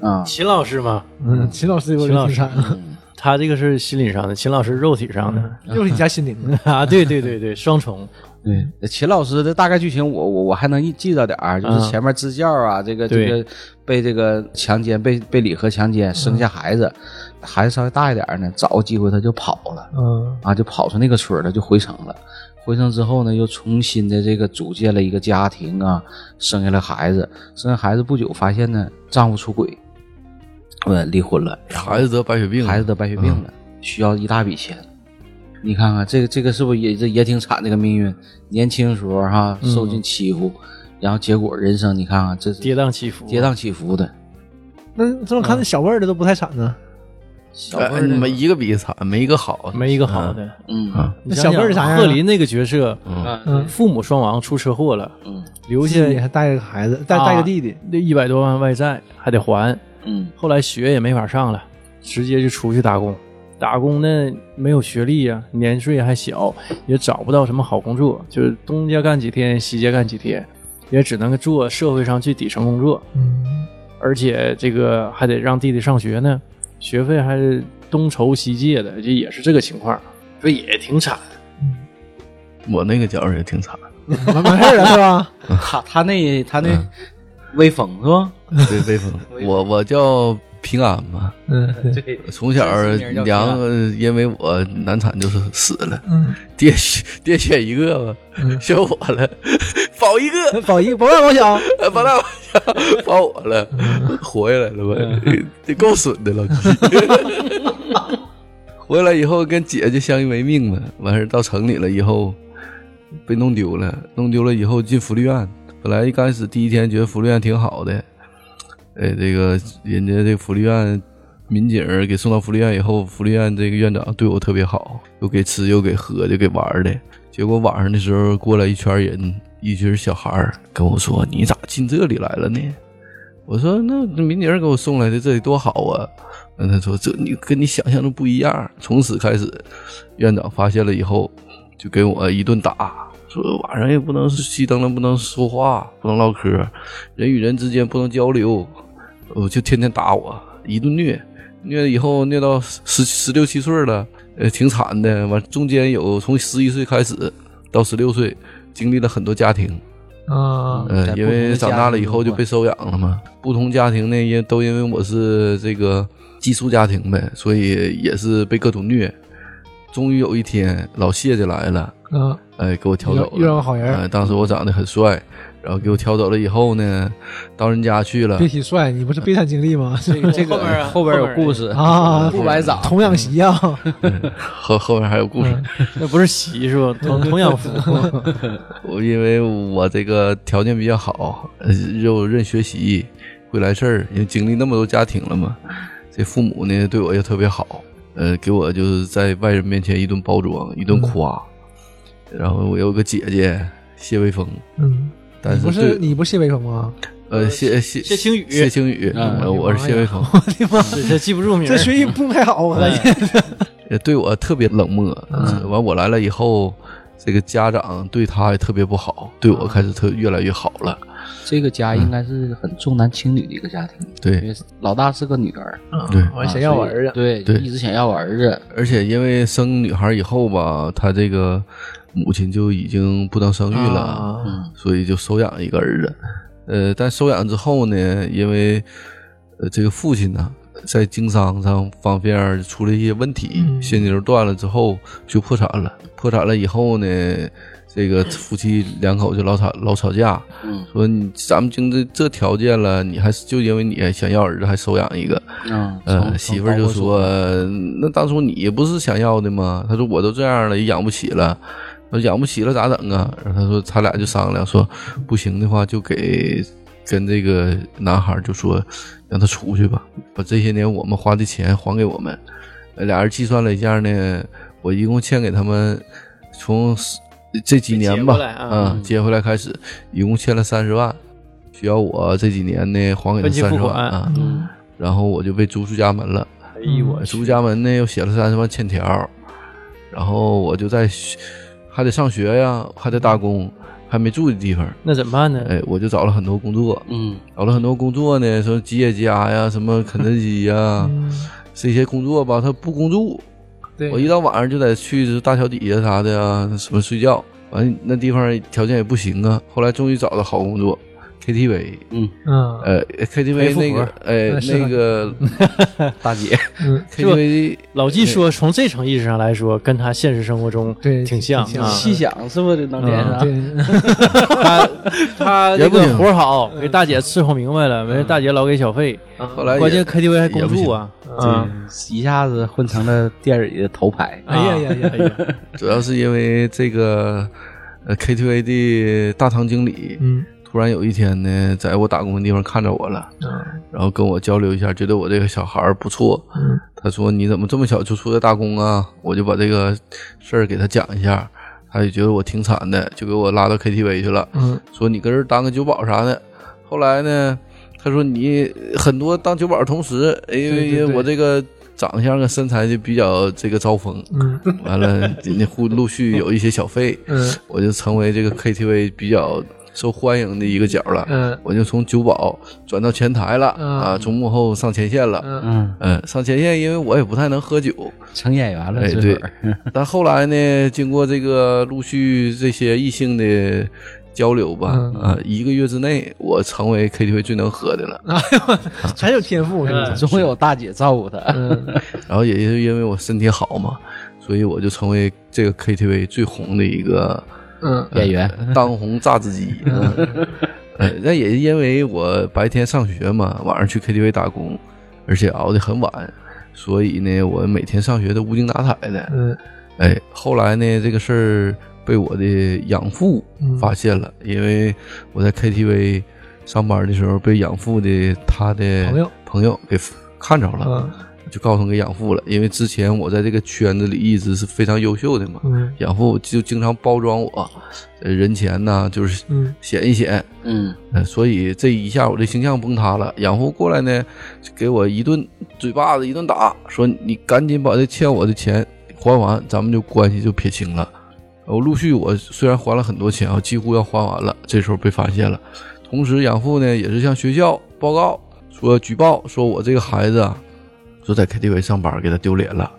Speaker 3: 啊？
Speaker 1: 秦老师嘛，
Speaker 2: 嗯，秦老师有
Speaker 1: 秦老
Speaker 2: 点
Speaker 1: 师
Speaker 2: 挺惨 的，嗯
Speaker 1: 他这个是心理上的，秦老师肉体上的、
Speaker 2: 又是你家心灵的。
Speaker 1: 啊，对对对对，双重，
Speaker 3: 对，秦老师的大概剧情我我我还能记记着点儿，就是前面支教啊，这个这
Speaker 1: 对
Speaker 3: 个被这个强奸，被被李和强奸，生下孩子，孩子稍微大一点儿呢，找个机会他就跑了。
Speaker 2: 嗯
Speaker 3: 啊，就跑出那个村儿了，就回城了。回城之后呢，又重新的这个组建了一个家庭啊，生下了孩子。生下孩子不久，发现呢丈夫出轨，呃，离婚了，
Speaker 4: 孩子得白血病，哎
Speaker 3: 孩子得白血病了，
Speaker 1: 嗯
Speaker 3: 需要一大笔钱。你看看这个这个是不是也这也挺惨？这个命运，年轻时候哈、受尽欺负，然后结果人生你看看这是
Speaker 1: 嗯跌宕起伏，
Speaker 3: 跌宕起伏的。
Speaker 2: 那这么看，那小味儿的都不太惨呢。
Speaker 3: 小辈
Speaker 4: 哎
Speaker 1: 嗯
Speaker 3: 儿呢
Speaker 4: 没一个比惨，没一个好，
Speaker 1: 没一个好的。
Speaker 3: 嗯
Speaker 1: 你想想
Speaker 2: 啊那小辈儿啥样啊
Speaker 1: 贺林那个角色，
Speaker 2: 嗯
Speaker 1: 父母双亡出车祸了，
Speaker 3: 嗯
Speaker 1: 留下
Speaker 2: 自己还带个孩子，带带个弟弟。
Speaker 1: 那一百多万外债还得还，
Speaker 3: 嗯
Speaker 1: 后来学也没法上了，直接就出去打工。打工呢没有学历呀、年岁还小，也找不到什么好工作，就是东家干几天，西家干几天，也只能做社会上最底层工作，
Speaker 2: 嗯
Speaker 1: 而且这个还得让弟弟上学呢，学费还是东筹西借的，这也是这个情况，所以也挺惨。
Speaker 4: 我那个角色也挺惨，
Speaker 2: 完完事儿了是吧？
Speaker 3: 他他那他那
Speaker 1: 嗯
Speaker 3: 威风是吧？
Speaker 4: 对威风。 我我叫平安嘛，
Speaker 2: 嗯，对，
Speaker 4: 从小
Speaker 3: 真实名叫平安
Speaker 4: 娘呃因为我难产就是死了，
Speaker 2: 嗯，
Speaker 4: 爹爹选一个吧，选我了， 保一个，
Speaker 2: 保一保大保小，
Speaker 4: 把大把我了，活下来了吧？这够损的，老弟。 活下来以后跟姐姐相依为命嘛，完事儿到城里了以后被弄丢了，弄丢了以后进福利院，本来一开始第一天觉得福利院挺好的，哎，这个人家这福利院民警儿给送到福利院以后，福利院这个院长对我特别好，又给吃又给喝又给玩儿的。结果晚上的时候过来一圈人，一群小孩儿跟我说：“你咋进这里来了呢？”我说：“那那民警儿给我送来的，这里多好啊！”嗯，他说：“这你跟你想象的不一样。”从此开始，院长发现了以后，就给我一顿打，说晚上也不能熄灯了，不能说话，不能唠嗑，人与人之间不能交流，我就天天打我，一顿虐，虐以后虐到十十六七岁了，呃，挺惨的。完，中间有从十一岁开始到十六岁，经历了很多家庭，
Speaker 2: 啊，
Speaker 3: 嗯在
Speaker 4: 呃，
Speaker 3: 不同
Speaker 4: 因
Speaker 3: 的
Speaker 4: 为长大了以后
Speaker 3: 家庭
Speaker 4: 就被收养了嘛。不同家庭呢，也都因为我是这个寄宿家庭呗，所以也是被各种虐。终于有一天，老谢家来了，
Speaker 2: 嗯，
Speaker 4: 哎，给我挑走了，
Speaker 2: 遇上个好人
Speaker 4: 哎当时我长得很帅，然后给我挑走了以后呢，到人家去了
Speaker 2: 别，提帅，你不是悲惨经历 吗？
Speaker 3: 这个这个
Speaker 1: 后面啊
Speaker 3: 后边有故事
Speaker 2: 啊
Speaker 3: 不白长。
Speaker 2: 童养媳啊，嗯
Speaker 4: 后后面还有故事。
Speaker 1: 那不是媳是吧？同同样 服。
Speaker 4: 我因为我这个条件比较好，呃又认学习，会来事儿，因为经历那么多家庭了嘛，这父母呢对我又特别好，呃，给我就是在外人面前一顿包装，一
Speaker 2: 嗯
Speaker 4: 顿夸。然后我有个姐姐谢微风，
Speaker 2: 嗯，
Speaker 4: 但
Speaker 2: 你不
Speaker 4: 对
Speaker 2: 是你不是谢微风吗？
Speaker 4: 呃谢谢
Speaker 1: 谢青雨
Speaker 4: 谢青雨，
Speaker 3: 嗯
Speaker 2: 啊哎
Speaker 4: 呃我是谢微风，
Speaker 2: 我的妈，
Speaker 1: 这记不住名儿，
Speaker 2: 啊这学习不太好，我感觉。
Speaker 4: 呃对我特别冷漠。
Speaker 2: 嗯
Speaker 4: 完我来了以后，这个家长对他也特别不好，对
Speaker 2: 嗯
Speaker 4: 我开始特越来越好了。
Speaker 3: 这个家应该是很重男轻女的一个家
Speaker 2: 嗯
Speaker 3: 庭，因
Speaker 4: 对，
Speaker 3: 为老大是个女儿，啊
Speaker 4: 对
Speaker 2: 我啊想要我儿子，
Speaker 3: 对，
Speaker 4: 对
Speaker 3: 一直想要我儿子，
Speaker 4: 而且因为生女孩以后吧，他这个母亲就已经不能生育了，嗯
Speaker 2: 啊
Speaker 4: 所以就收养一个儿子。呃，但收养之后呢，因为呃这个父亲呢，在经商上方面儿出了一些问题，
Speaker 2: 嗯
Speaker 4: 现金流断了之后就破产了。破产了以后呢，这个夫妻两口就老吵老吵架，
Speaker 3: 嗯
Speaker 4: 说你咱们经这这条件了，你还就因为你想要儿子还收养一个，
Speaker 3: 嗯，
Speaker 4: 呃，
Speaker 3: 从
Speaker 4: 媳妇儿就，说：“那当初你不是想要的吗？”他说：“我都这样了，也养不起了。”我说养不起了咋整啊？然后他说他俩就商量说，不行的话就给跟这个男孩就说让他出去吧，把这些年我们花的钱还给我们。呃俩人计算了一下呢，我一共欠给他们从这几年吧
Speaker 1: 接回来，啊
Speaker 4: 嗯，接回来开始，一共欠了三十万，需要我这几年呢还给他
Speaker 1: 分期
Speaker 4: 三
Speaker 1: 付
Speaker 4: 十万
Speaker 1: 款
Speaker 4: 啊。
Speaker 3: 嗯
Speaker 4: 然后我就被逐出家门了。
Speaker 1: 哎呦我
Speaker 4: 逐出家门呢，又写了三十万欠条，然后我就在学还得上学呀，还得打工，还没住的地方。
Speaker 1: 那怎么办呢？
Speaker 4: 哎，我就找了很多工作，
Speaker 3: 嗯
Speaker 4: 找了很多工作呢，什么吉野家呀，什么肯德基呀，
Speaker 2: 嗯
Speaker 4: 这些工作吧，他不工作，
Speaker 2: 对
Speaker 4: 嗯我一到晚上就得去就是大桥底下啥的呀，什么睡觉。完那地方条件也不行啊，后来终于找到好工作，KTV，
Speaker 2: 嗯，
Speaker 4: 呃
Speaker 1: 陪
Speaker 4: ，KTV
Speaker 1: 富
Speaker 4: 那
Speaker 1: 婆
Speaker 4: 个，哎，
Speaker 2: 是吧
Speaker 4: 那个
Speaker 3: 大 姐，
Speaker 4: KTV
Speaker 1: 老纪说，从这层意义上来说，跟他现实生活中
Speaker 2: 对
Speaker 1: 挺像
Speaker 2: 挺像
Speaker 1: 啊。
Speaker 3: 细想是不是能连上？
Speaker 2: 啊对，
Speaker 1: 他他
Speaker 4: 也
Speaker 1: 这
Speaker 4: 不
Speaker 1: 个
Speaker 4: 行
Speaker 1: 活好，给大姐伺候明白了，没事大姐老给小费，
Speaker 4: 后来也
Speaker 1: 关键 KTV 还共
Speaker 4: 也不
Speaker 1: 住
Speaker 4: 行
Speaker 1: 啊啊！
Speaker 3: 嗯，一下子混成了电影里的头牌，
Speaker 1: 哎
Speaker 2: 呀呀呀
Speaker 1: 呀！
Speaker 4: 主要是因为这个呃 KTV 的大堂经理，
Speaker 2: 嗯，
Speaker 4: 突然有一天呢，在我打工的地方看着我了，然后跟我交流一下，觉得我这个小孩儿不错。
Speaker 2: 嗯
Speaker 4: 他说：“你怎么这么小就出来打工啊？”我就把这个事儿给他讲一下，他也觉得我挺惨的，就给我拉到 KTV 去了。
Speaker 2: 嗯，
Speaker 4: 说你跟人当个酒保啥的。后来呢，他说你很多当酒保的同时，
Speaker 2: 对
Speaker 4: 因
Speaker 2: 对
Speaker 4: 为
Speaker 2: 对
Speaker 4: 我这个长相啊身材就比较这个招风，
Speaker 2: 嗯
Speaker 4: 完了， 那户陆续有一些小费，
Speaker 2: 嗯
Speaker 4: 我就成为这个 KTV 比较受欢迎的一个角了。
Speaker 2: 嗯
Speaker 4: 我就从酒保转到前台了
Speaker 2: 嗯
Speaker 4: 啊，从幕后上前线了。
Speaker 2: 嗯
Speaker 3: 嗯，
Speaker 4: 嗯，上前线，因为我也不太能喝酒，
Speaker 3: 成演员了，
Speaker 4: 哎
Speaker 3: 这
Speaker 4: 对
Speaker 3: 会儿，
Speaker 4: 但后来呢，经过这个陆续这些异性的交流吧，
Speaker 2: 嗯
Speaker 4: 啊，一个月之内，我成为 KTV 最能喝的了。
Speaker 2: 全有天赋，我跟你说，
Speaker 3: 总有大姐照顾他，
Speaker 2: 嗯
Speaker 4: 然后也是因为我身体好嘛，所以我就成为这个 KTV 最红的一个
Speaker 2: 嗯
Speaker 3: 演员，
Speaker 4: 当红榨 汁机。嗯呃，那也是因为我白天上学嘛，晚上去 KTV 打工，而且熬得很晚，所以呢，我每天上学都无精打采的。
Speaker 2: 嗯
Speaker 4: 哎，后来呢，这个事儿被我的养父
Speaker 2: 嗯
Speaker 4: 发现了，因为我在 KTV 上班的时候被养父的他的
Speaker 2: 朋友
Speaker 4: 朋友给看着了，
Speaker 2: 嗯
Speaker 4: 就告诉给养父了。因为之前我在这个圈子里一直是非常优秀的嘛，
Speaker 2: 嗯
Speaker 4: 养父就经常包装我，呃人前呢就是
Speaker 2: 嗯
Speaker 4: 显一显，
Speaker 3: 嗯
Speaker 4: 呃所以这一下我这形象崩塌了。养父过来呢，就给我一顿嘴巴子一顿打，说你赶紧把这欠我的钱还完，咱们就关系就撇清了。我陆续我虽然还了很多钱啊，几乎要还完了，这时候被发现了。同时，养父呢也是向学校报告说举报说我这个孩子啊，说在 KTV 上班给他丢脸了。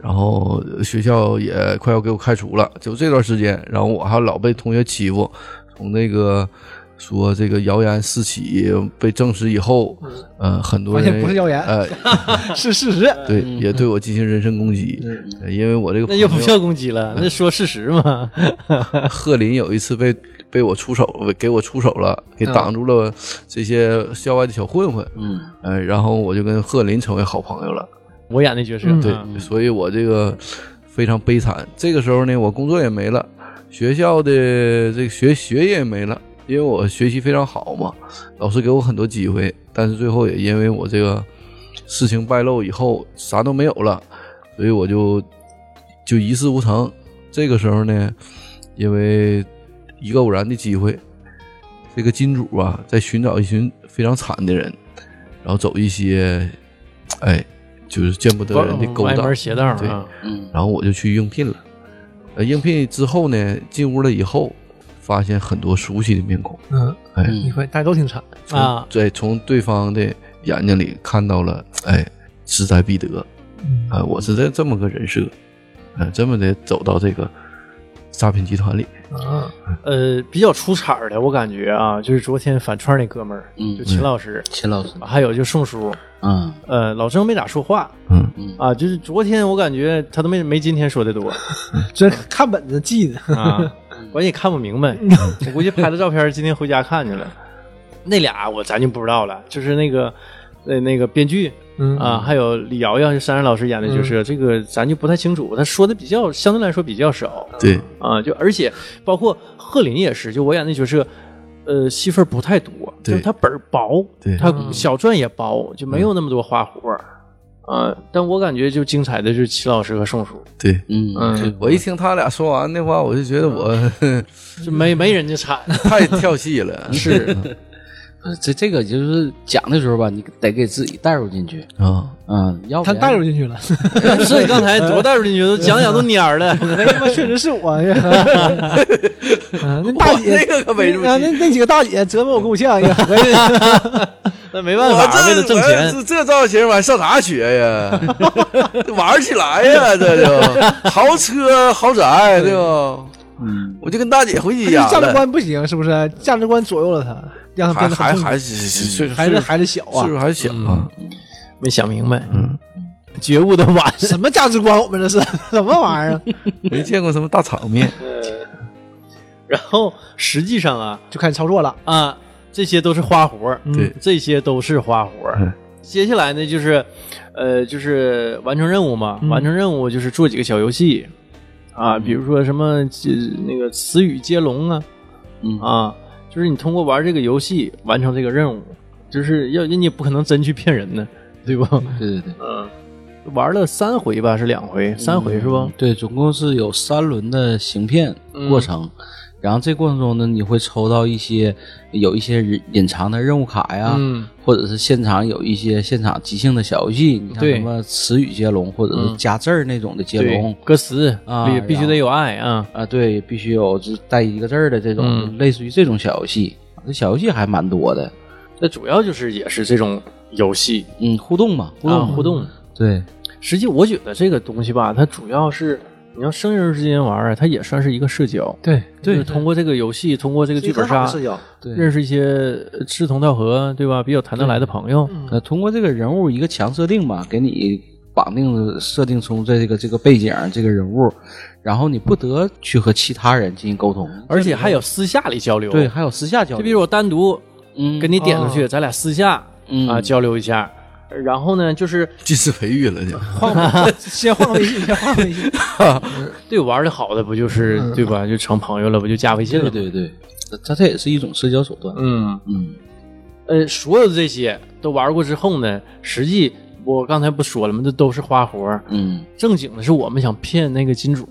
Speaker 4: 然后呃学校也快要给我开除了，就这段时间，然后我还老被同学欺负，从那个说这个谣言四起被证实以后，呃，很多
Speaker 2: 嗯发现
Speaker 4: 人
Speaker 2: 不是谣言
Speaker 4: 呃，
Speaker 2: 是事实，
Speaker 4: 对，也对我进行人身攻击，呃因为我这个
Speaker 1: 那就不
Speaker 4: 朋友
Speaker 1: 叫攻击了，那说事实嘛。
Speaker 4: 贺林有一次被被我出手，给我出手了，给挡住了这些校外的小混混，
Speaker 3: 嗯
Speaker 4: 呃，然后我就跟贺林成为好朋友了。
Speaker 1: 我演的角色，
Speaker 2: 嗯
Speaker 4: 对，所以我这个非常悲惨。这个时候呢，我工作也没了，学校的这个学学业也没了，因为我学习非常好嘛，老师给我很多机会，但是最后也因为我这个事情败露以后，啥都没有了，所以我就就一事无成。这个时候呢，因为一个偶然的机会，这个金主啊，在寻找一群非常惨的人，然后走一些，哎，就是见不得人的勾
Speaker 1: 歪
Speaker 4: 当
Speaker 1: 门。邪道
Speaker 4: 对
Speaker 1: 啊，
Speaker 3: 嗯
Speaker 4: 然后我就去应聘了。呃，应聘之后呢，进屋了以后，发现很多熟悉的面孔。
Speaker 2: 嗯，
Speaker 4: 哎，
Speaker 2: 你看大家都挺惨，
Speaker 4: 从
Speaker 1: 啊
Speaker 4: 对，从对方的眼睛里看到了，哎，志在必得
Speaker 2: 嗯
Speaker 4: 啊、我是这这么个人设，啊、这么的走到这个诈骗集团里。
Speaker 2: 啊，
Speaker 1: 呃，比较出彩儿的，我感觉啊，就是昨天反串那哥们儿，
Speaker 3: 嗯
Speaker 1: 就秦老师，
Speaker 3: 秦老师，
Speaker 1: 还有就宋叔，
Speaker 3: 嗯
Speaker 1: 呃，老郑没咋说话
Speaker 4: 嗯，
Speaker 1: 啊，就是昨天我感觉他都没没今天说的多
Speaker 2: 这看本子 记的，
Speaker 1: 啊，关键也看不明白， 我估计拍了照片，今天回家看去了。那俩我咱就不知道了，就是那个呃那个编剧
Speaker 2: 嗯
Speaker 1: 啊，还有李瑶瑶、珊珊老师演的，就是、这个咱就不太清楚，他说的比较相对来说比较少
Speaker 4: 对，
Speaker 1: 啊，就而且包括贺林也是，就我演那角色。呃，戏份不太多，
Speaker 4: 对
Speaker 1: 就是他本儿薄，
Speaker 4: 对
Speaker 1: 他小传也薄，就没有那么多花活儿啊。但我感觉就精彩的就是齐老师和宋叔，
Speaker 4: 对。
Speaker 3: 嗯
Speaker 1: 嗯，
Speaker 4: 我一听他俩说完的话，我就觉得我
Speaker 1: 就没没人家惨，
Speaker 4: 太跳戏 了。是
Speaker 3: 呃这这个就是讲的时候吧，你得给自己带入进去，
Speaker 4: 啊，
Speaker 3: 嗯，要不
Speaker 2: 他
Speaker 3: 然
Speaker 2: 带入进去了，
Speaker 1: 是刚才多带入进去，都讲讲都蔫儿 了。
Speaker 2: 那哎他妈确实是我 呀，啊，那大
Speaker 4: 我
Speaker 2: 姐
Speaker 4: 这个可没入
Speaker 2: 啊，
Speaker 4: 戏
Speaker 2: 那那几个大姐折磨我够呛 哎呀，
Speaker 1: 那没办
Speaker 4: 我
Speaker 1: 法，为了挣钱，
Speaker 4: 这这造型完上啥学呀？玩起来呀，这就豪车豪宅，对吧？嗯，我就跟大姐回
Speaker 2: 这
Speaker 4: 家
Speaker 2: 价值
Speaker 4: 了，
Speaker 2: 观不行，是不是？价值观左右了他，让他
Speaker 4: 还
Speaker 2: 变得
Speaker 4: 还
Speaker 2: 很痛苦
Speaker 4: 还是岁数
Speaker 2: 孩子孩子小啊
Speaker 4: 岁，数还小啊，
Speaker 1: 没想明白，
Speaker 4: 嗯，
Speaker 1: 觉悟的晚。
Speaker 2: 什么价值观？我们这是什么玩意儿？
Speaker 4: 没见过什么大场面，
Speaker 1: 然后实际上啊
Speaker 2: 就开始操作了，
Speaker 1: 啊，这些都是花活儿，嗯
Speaker 4: 对
Speaker 1: 这些都是花活儿
Speaker 4: 嗯。
Speaker 1: 接下来呢，就是，呃，就是完成任务嘛，
Speaker 2: 嗯
Speaker 1: 完成任务就是做几个小游戏，
Speaker 4: 嗯
Speaker 1: 啊，比如说什么呃那个词语接龙啊，
Speaker 3: 嗯
Speaker 1: 啊，就是你通过玩这个游戏完成这个任务，就是要人家不可能真去骗人呢，对吧？
Speaker 3: 对对对，
Speaker 1: 嗯，玩了三回吧，是两回，三回是不
Speaker 3: 嗯？对，总共是有三轮的行骗
Speaker 1: 嗯
Speaker 3: 过程，然后这过程中呢，你会抽到一些有一些隐隐藏的任务卡呀，
Speaker 1: 嗯
Speaker 3: 或者是现场有一些现场即兴的小游戏，你像
Speaker 1: 对嗯
Speaker 3: 什么词语接龙，或者是加字儿那种的接龙
Speaker 1: 对，。歌词
Speaker 3: 啊
Speaker 1: 必必须得有爱啊。
Speaker 3: 啊，对，必须有就带一个字儿的这种，
Speaker 1: 嗯
Speaker 3: 类似于这种小游戏，这小游戏还蛮多的，
Speaker 1: 这主要就是也是这种游戏
Speaker 3: 嗯，互动嘛，互动
Speaker 1: 啊，互动。
Speaker 3: 对，
Speaker 1: 实际我觉得这个东西吧，它主要是你要生人之间玩儿，它也算是一个社交。
Speaker 2: 对
Speaker 1: 就是通过这个游戏，通过这个剧本杀，
Speaker 2: 交，
Speaker 3: 对
Speaker 1: 认识一些呃志同道合，对吧？比较谈得来的朋友。
Speaker 3: 呃，通过这个人物一个强设定吧，给你绑定设定出这个这个背景这个人物，然后你不得去和其他人进行沟通，
Speaker 1: 而且还有私下里交流。
Speaker 3: 对，，还有私下交
Speaker 1: 就
Speaker 3: 流，
Speaker 1: 比如我单独
Speaker 3: 嗯，
Speaker 1: 跟你点出去，咱俩私下
Speaker 3: 嗯
Speaker 1: 啊交流一下。然后呢，就是
Speaker 4: 近视培育了就。
Speaker 2: 先换个微信，先换个微信，
Speaker 1: 对玩的好的不就是对吧？就成朋友了，不就加微信了
Speaker 3: 嗯对
Speaker 1: 吗？
Speaker 3: 对对，它它也是一种社交手段，
Speaker 1: 嗯，
Speaker 3: 嗯
Speaker 1: 呃，所有的这些都玩过之后呢，实际我刚才不说了吗？这都是花活儿
Speaker 3: 嗯
Speaker 1: 正经的是我们想骗那个金主，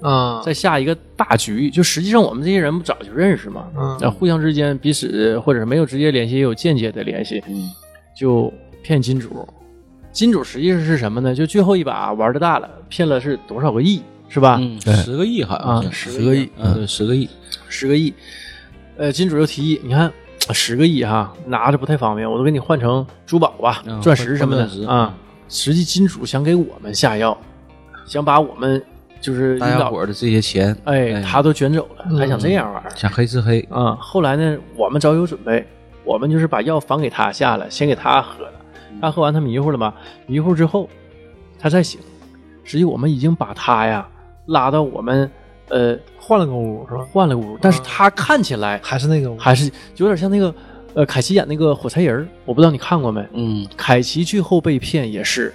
Speaker 2: 啊，
Speaker 1: 再下一个大局。就实际上我们这些人不早就认识嘛，
Speaker 2: 嗯
Speaker 1: 那互相之间彼此或者没有直接联系，也有间接的联系，
Speaker 3: 嗯
Speaker 1: 就骗金主。金主实际上是什么呢？就最后一把玩的大了，骗了是多少个亿，是吧？
Speaker 3: 嗯，
Speaker 4: 对
Speaker 3: 十个亿好像
Speaker 1: 啊
Speaker 3: 是，
Speaker 1: 十
Speaker 4: 十个亿，
Speaker 3: 嗯，对，十个亿，
Speaker 1: 十个亿。呃，金主又提议，你看十个亿哈，拿着不太方便，我都给你换成珠宝吧，
Speaker 3: 嗯
Speaker 1: 钻石什么
Speaker 3: 换
Speaker 1: 的
Speaker 3: 钻石嗯
Speaker 1: 啊。实际金主想给我们下药，想把我们就是
Speaker 3: 大
Speaker 1: 引
Speaker 3: 家
Speaker 1: 导
Speaker 3: 伙，儿的嗯这些钱，
Speaker 1: 哎，他都卷走了，还想这样玩儿
Speaker 3: 想黑吃黑，
Speaker 1: 啊。后来呢，我们早有准备，我们就是把药反给他下了，先给他喝了，他喝完他迷糊了嘛，迷糊之后他再醒，实际我们已经把他呀拉到我们呃
Speaker 2: 换了个屋是吧？
Speaker 1: 换了个屋，但
Speaker 3: 嗯
Speaker 1: 是他看起来
Speaker 2: 还是那个屋，
Speaker 1: 还是有点像那个呃，凯奇演那个火柴人儿，我不知道你看过没？
Speaker 3: 嗯
Speaker 1: 凯奇最后被骗也是，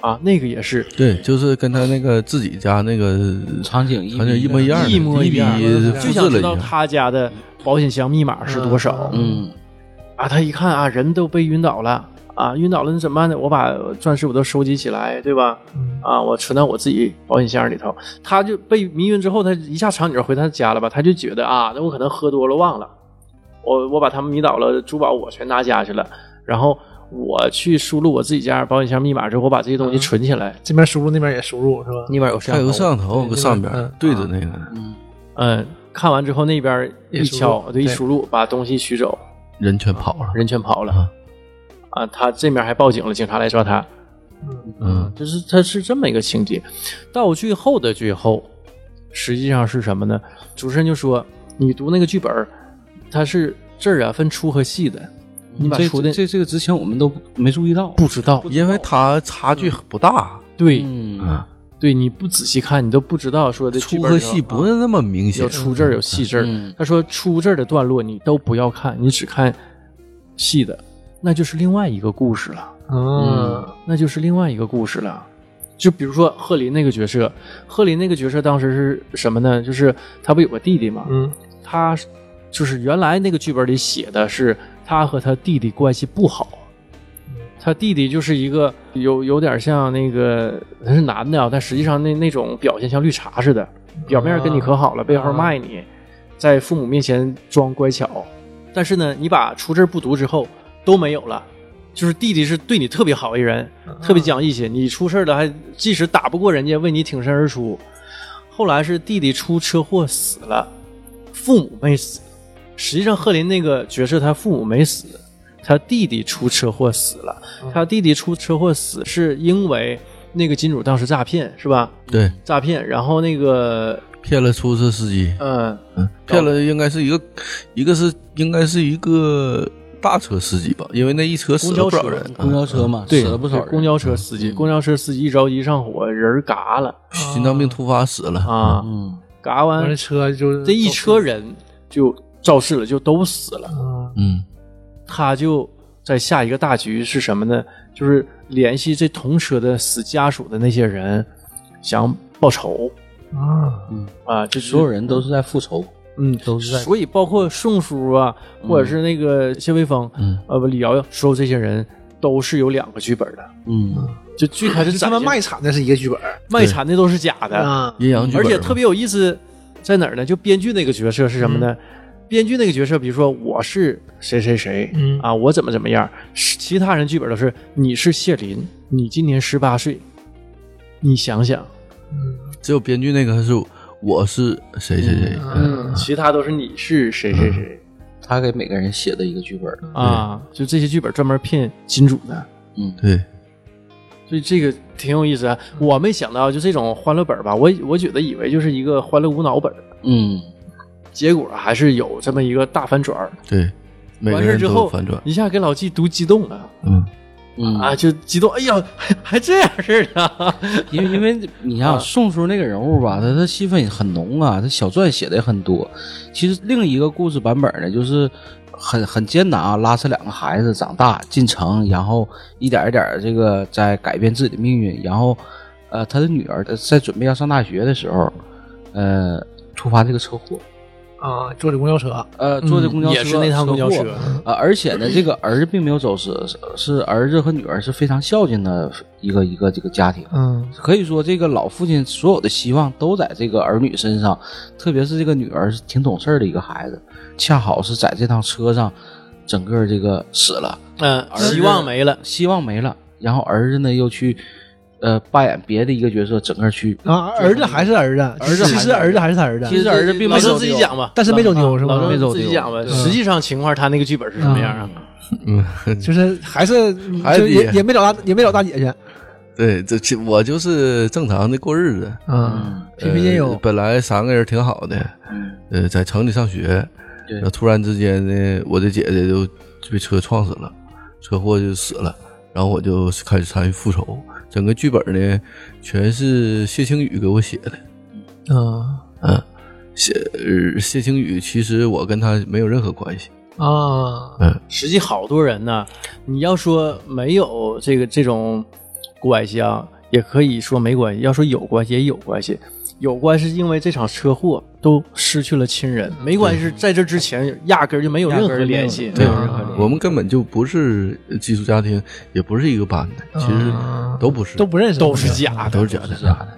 Speaker 1: 啊，那个也是
Speaker 4: 对，就是跟他那个自己家那个
Speaker 3: 场景一
Speaker 4: 好像一模一样的，
Speaker 1: 一模一样
Speaker 4: 一比
Speaker 2: 的
Speaker 1: 就
Speaker 4: 复
Speaker 1: 想
Speaker 4: 制了
Speaker 1: 知
Speaker 4: 一
Speaker 1: 道
Speaker 4: 样。
Speaker 1: 他家的保险箱密码是多少、
Speaker 3: 嗯
Speaker 1: 啊？他一看啊，人都被晕倒了啊，晕倒了那怎么办呢？我把钻石我都收集起来，对吧？
Speaker 2: 嗯
Speaker 1: 啊，我存到我自己保险箱里头。他就被迷晕之后，他一下场景回他家了吧？他就觉得啊，那我可能喝多了忘了，我我把他们迷倒了，珠宝我全拿家去了，然后我去输入我自己家保险箱密码之后，我把这些东西存起来，
Speaker 2: 这边输入那边也输入是吧？
Speaker 1: 那边有摄
Speaker 4: 还有
Speaker 1: 像
Speaker 4: 个
Speaker 1: 头
Speaker 4: 摄，像头搁上边
Speaker 2: 嗯
Speaker 4: 对着那个，
Speaker 1: 嗯，看完之后那边一
Speaker 2: 也输入
Speaker 1: 敲，对，一
Speaker 2: 对
Speaker 1: 输入把东西取走，
Speaker 4: 人全跑了。
Speaker 1: 人全跑了。啊，他这面还报警了，警察来抓他。
Speaker 4: 嗯，
Speaker 1: 啊就是它是这么一个情节。到最后的最后，实际上是什么呢？主持人就说：“你读那个剧本儿，它是字儿啊分粗和细的，你把
Speaker 3: 这
Speaker 1: 粗的
Speaker 3: 这这个之前我们都没注意到。
Speaker 1: 不知道。
Speaker 4: 因为它差距不大，
Speaker 1: 对
Speaker 3: 嗯，
Speaker 4: 嗯，
Speaker 1: 对，你不仔细看，你都不知道说这剧
Speaker 4: 粗
Speaker 1: 本里头
Speaker 4: 和细不
Speaker 1: 啊
Speaker 4: 是那么明显
Speaker 1: 有。粗字儿有细字儿。
Speaker 3: 嗯
Speaker 1: 他说粗字儿的段落你都不要看，你只看细的，那就是另外一个故事了。”
Speaker 2: 嗯，
Speaker 1: 那就是另外一个故事了。就比如说贺林那个角色，贺林那个角色当时是什么呢？就是他不有个弟弟吗？
Speaker 2: 嗯
Speaker 1: 他就是原来那个剧本里写的是他和他弟弟关系不好，他弟弟就是一个有有点像那个他是男的啊，但实际上那那种表现像绿茶似的，表面跟你可好了，背后卖你，在父母面前装乖巧，但是呢，你把出字不读之后都没有了。就是弟弟是对你特别好一人，特别讲义气。你出事儿了，还即使打不过人家，为你挺身而出。后来是弟弟出车祸死了，父母没死。实际上，贺林那个角色他父母没死，他弟弟出车祸死了。他弟弟出车祸死是因为那个金主当时诈骗是吧？
Speaker 4: 对，
Speaker 1: 诈骗，然后那个
Speaker 4: 骗了出租车司机，
Speaker 1: 嗯
Speaker 4: 嗯，骗了应该是一个，一个是应该是一个大车司机吧，因为那一车死了不少人，嗯
Speaker 1: 啊
Speaker 3: 公交车嘛，
Speaker 1: 对
Speaker 3: 死了不少人。
Speaker 1: 公交车司机，公交车司机一着急上火，人儿嘎了
Speaker 4: 嗯心脏病突发死了。
Speaker 1: 啊，
Speaker 3: 嗯，
Speaker 1: 嘎
Speaker 2: 完
Speaker 1: 完
Speaker 2: 了车就
Speaker 1: 这一车人就肇事了，就都死了。
Speaker 2: 嗯
Speaker 4: 嗯，
Speaker 1: 他就在下一个大局是什么呢？就是联系这同车的死家属的那些人，想报仇
Speaker 2: 啊
Speaker 1: 啊，这
Speaker 3: 所有人都是在复仇，
Speaker 1: 嗯
Speaker 3: 都是在
Speaker 1: 所以包括宋叔啊，或者是那个谢微风，
Speaker 4: 嗯
Speaker 1: 呃不李瑶瑶，所有这些人都是有两个剧本的。
Speaker 3: 嗯
Speaker 1: 就最开始
Speaker 2: 这他
Speaker 1: 咱
Speaker 2: 妈
Speaker 1: 们
Speaker 2: 卖惨的是一个剧本
Speaker 1: 卖惨的都是假的，
Speaker 2: 啊，
Speaker 4: 阴阳剧
Speaker 1: 而
Speaker 4: 本嘛，
Speaker 1: 且特别有意思在哪儿呢？就编剧那个角色是什么
Speaker 4: 嗯
Speaker 1: 呢？编剧那个角色，比如说我是谁谁谁，
Speaker 2: 嗯
Speaker 1: 啊，我怎么怎么样，是其他人剧本都是你是谢林，你今年十八岁，你想想，
Speaker 4: 只有编剧那个是我是谁谁谁，嗯
Speaker 1: 嗯，其他都是你是谁谁谁、
Speaker 3: 他给每个人写的一个剧本。
Speaker 4: 嗯
Speaker 1: 啊，就这些剧本专门骗金主的，
Speaker 3: 嗯，
Speaker 4: 对，
Speaker 1: 所以这个挺有意思啊。我没想到就这种欢乐本吧，我我觉得以为就是一个欢乐无脑本，
Speaker 3: 嗯，
Speaker 1: 结果还是有这么一个大反转儿。
Speaker 4: 对，每个
Speaker 1: 完事儿
Speaker 4: 人
Speaker 1: 之
Speaker 4: 都
Speaker 1: 后
Speaker 4: 反转，
Speaker 1: 一下给老纪读激动了。
Speaker 4: 嗯，
Speaker 3: 嗯
Speaker 1: 啊，就激动，哎呀，还还这样似 的，
Speaker 3: 因为因为你
Speaker 1: 啊
Speaker 3: 像宋叔那个人物吧，他他戏份很浓啊，他小传写的也很多。其实另一个故事版本呢，就是很很艰难啊，拉扯两个孩子长大进城，然后一点一点这个在改变自己的命运。然后，呃，他的女儿在准备要上大学的时候，呃，突发这个车祸，
Speaker 2: 啊，坐的公交车，
Speaker 3: 呃，坐的公交
Speaker 1: 嗯
Speaker 3: 车、
Speaker 1: 也是那趟公交车
Speaker 3: 车祸，呃，而且呢，这个儿子并没有走失，是是儿子和女儿是非常孝敬的一个一个这个家庭。
Speaker 2: 嗯
Speaker 3: 可以说，这个老父亲所有的希望都在这个儿女身上，特别是这个女儿是挺懂事儿的一个孩子，恰好是在这趟车上，整个这个死了，
Speaker 1: 嗯，希望没了，
Speaker 3: 希望没了。然后儿子呢又去，呃，扮演别的一个角色，整个去，
Speaker 2: 啊，儿子还是儿子，
Speaker 3: 儿子还是
Speaker 2: 其实儿子还是他儿
Speaker 3: 其
Speaker 2: 子，
Speaker 3: 实儿子并没
Speaker 1: 老郑
Speaker 3: 走
Speaker 1: 自己
Speaker 3: 丢
Speaker 1: 讲吧，
Speaker 2: 但是没走丢是
Speaker 1: 老
Speaker 2: 吧？
Speaker 1: 郑
Speaker 3: 没走
Speaker 1: 自己
Speaker 3: 丢
Speaker 1: 讲吧，实际上情况他那个剧本是什么样啊？
Speaker 4: 嗯
Speaker 2: 就是还是
Speaker 4: 还
Speaker 2: 就是也
Speaker 4: 你
Speaker 2: 也没找大也没找大姐去，
Speaker 4: 对，这这我就是正常的过日子，
Speaker 2: 嗯，
Speaker 4: 呃
Speaker 2: 平平也有，
Speaker 4: 本来三个人挺好的，
Speaker 3: 嗯
Speaker 4: 呃，在城里上学，
Speaker 3: 对
Speaker 4: 然后突然之间呢，我的姐姐就就被车撞死了，车祸就死了，然后我就开始参与复仇。整个剧本呢，全是谢青宇给我写的，
Speaker 2: 嗯
Speaker 4: 嗯，谢呃谢青宇其实我跟他没有任何关系，
Speaker 2: 啊，
Speaker 1: 实际好多人呢，你要说没有这个这种关系啊，也可以说没关系；要说有关系，也有关系。有关系是因为这场车祸都失去了亲人，没关系是在这之前压根儿就没有任何联系，
Speaker 3: 压根儿就没有
Speaker 1: 吧
Speaker 2: 对
Speaker 4: 啊我们根本就不是寄宿家庭，也不是一个班的，其实都不是，
Speaker 2: 都不认
Speaker 1: 啊
Speaker 2: 识，
Speaker 1: 都是假的。
Speaker 4: 都是假的，
Speaker 3: 是啊假的。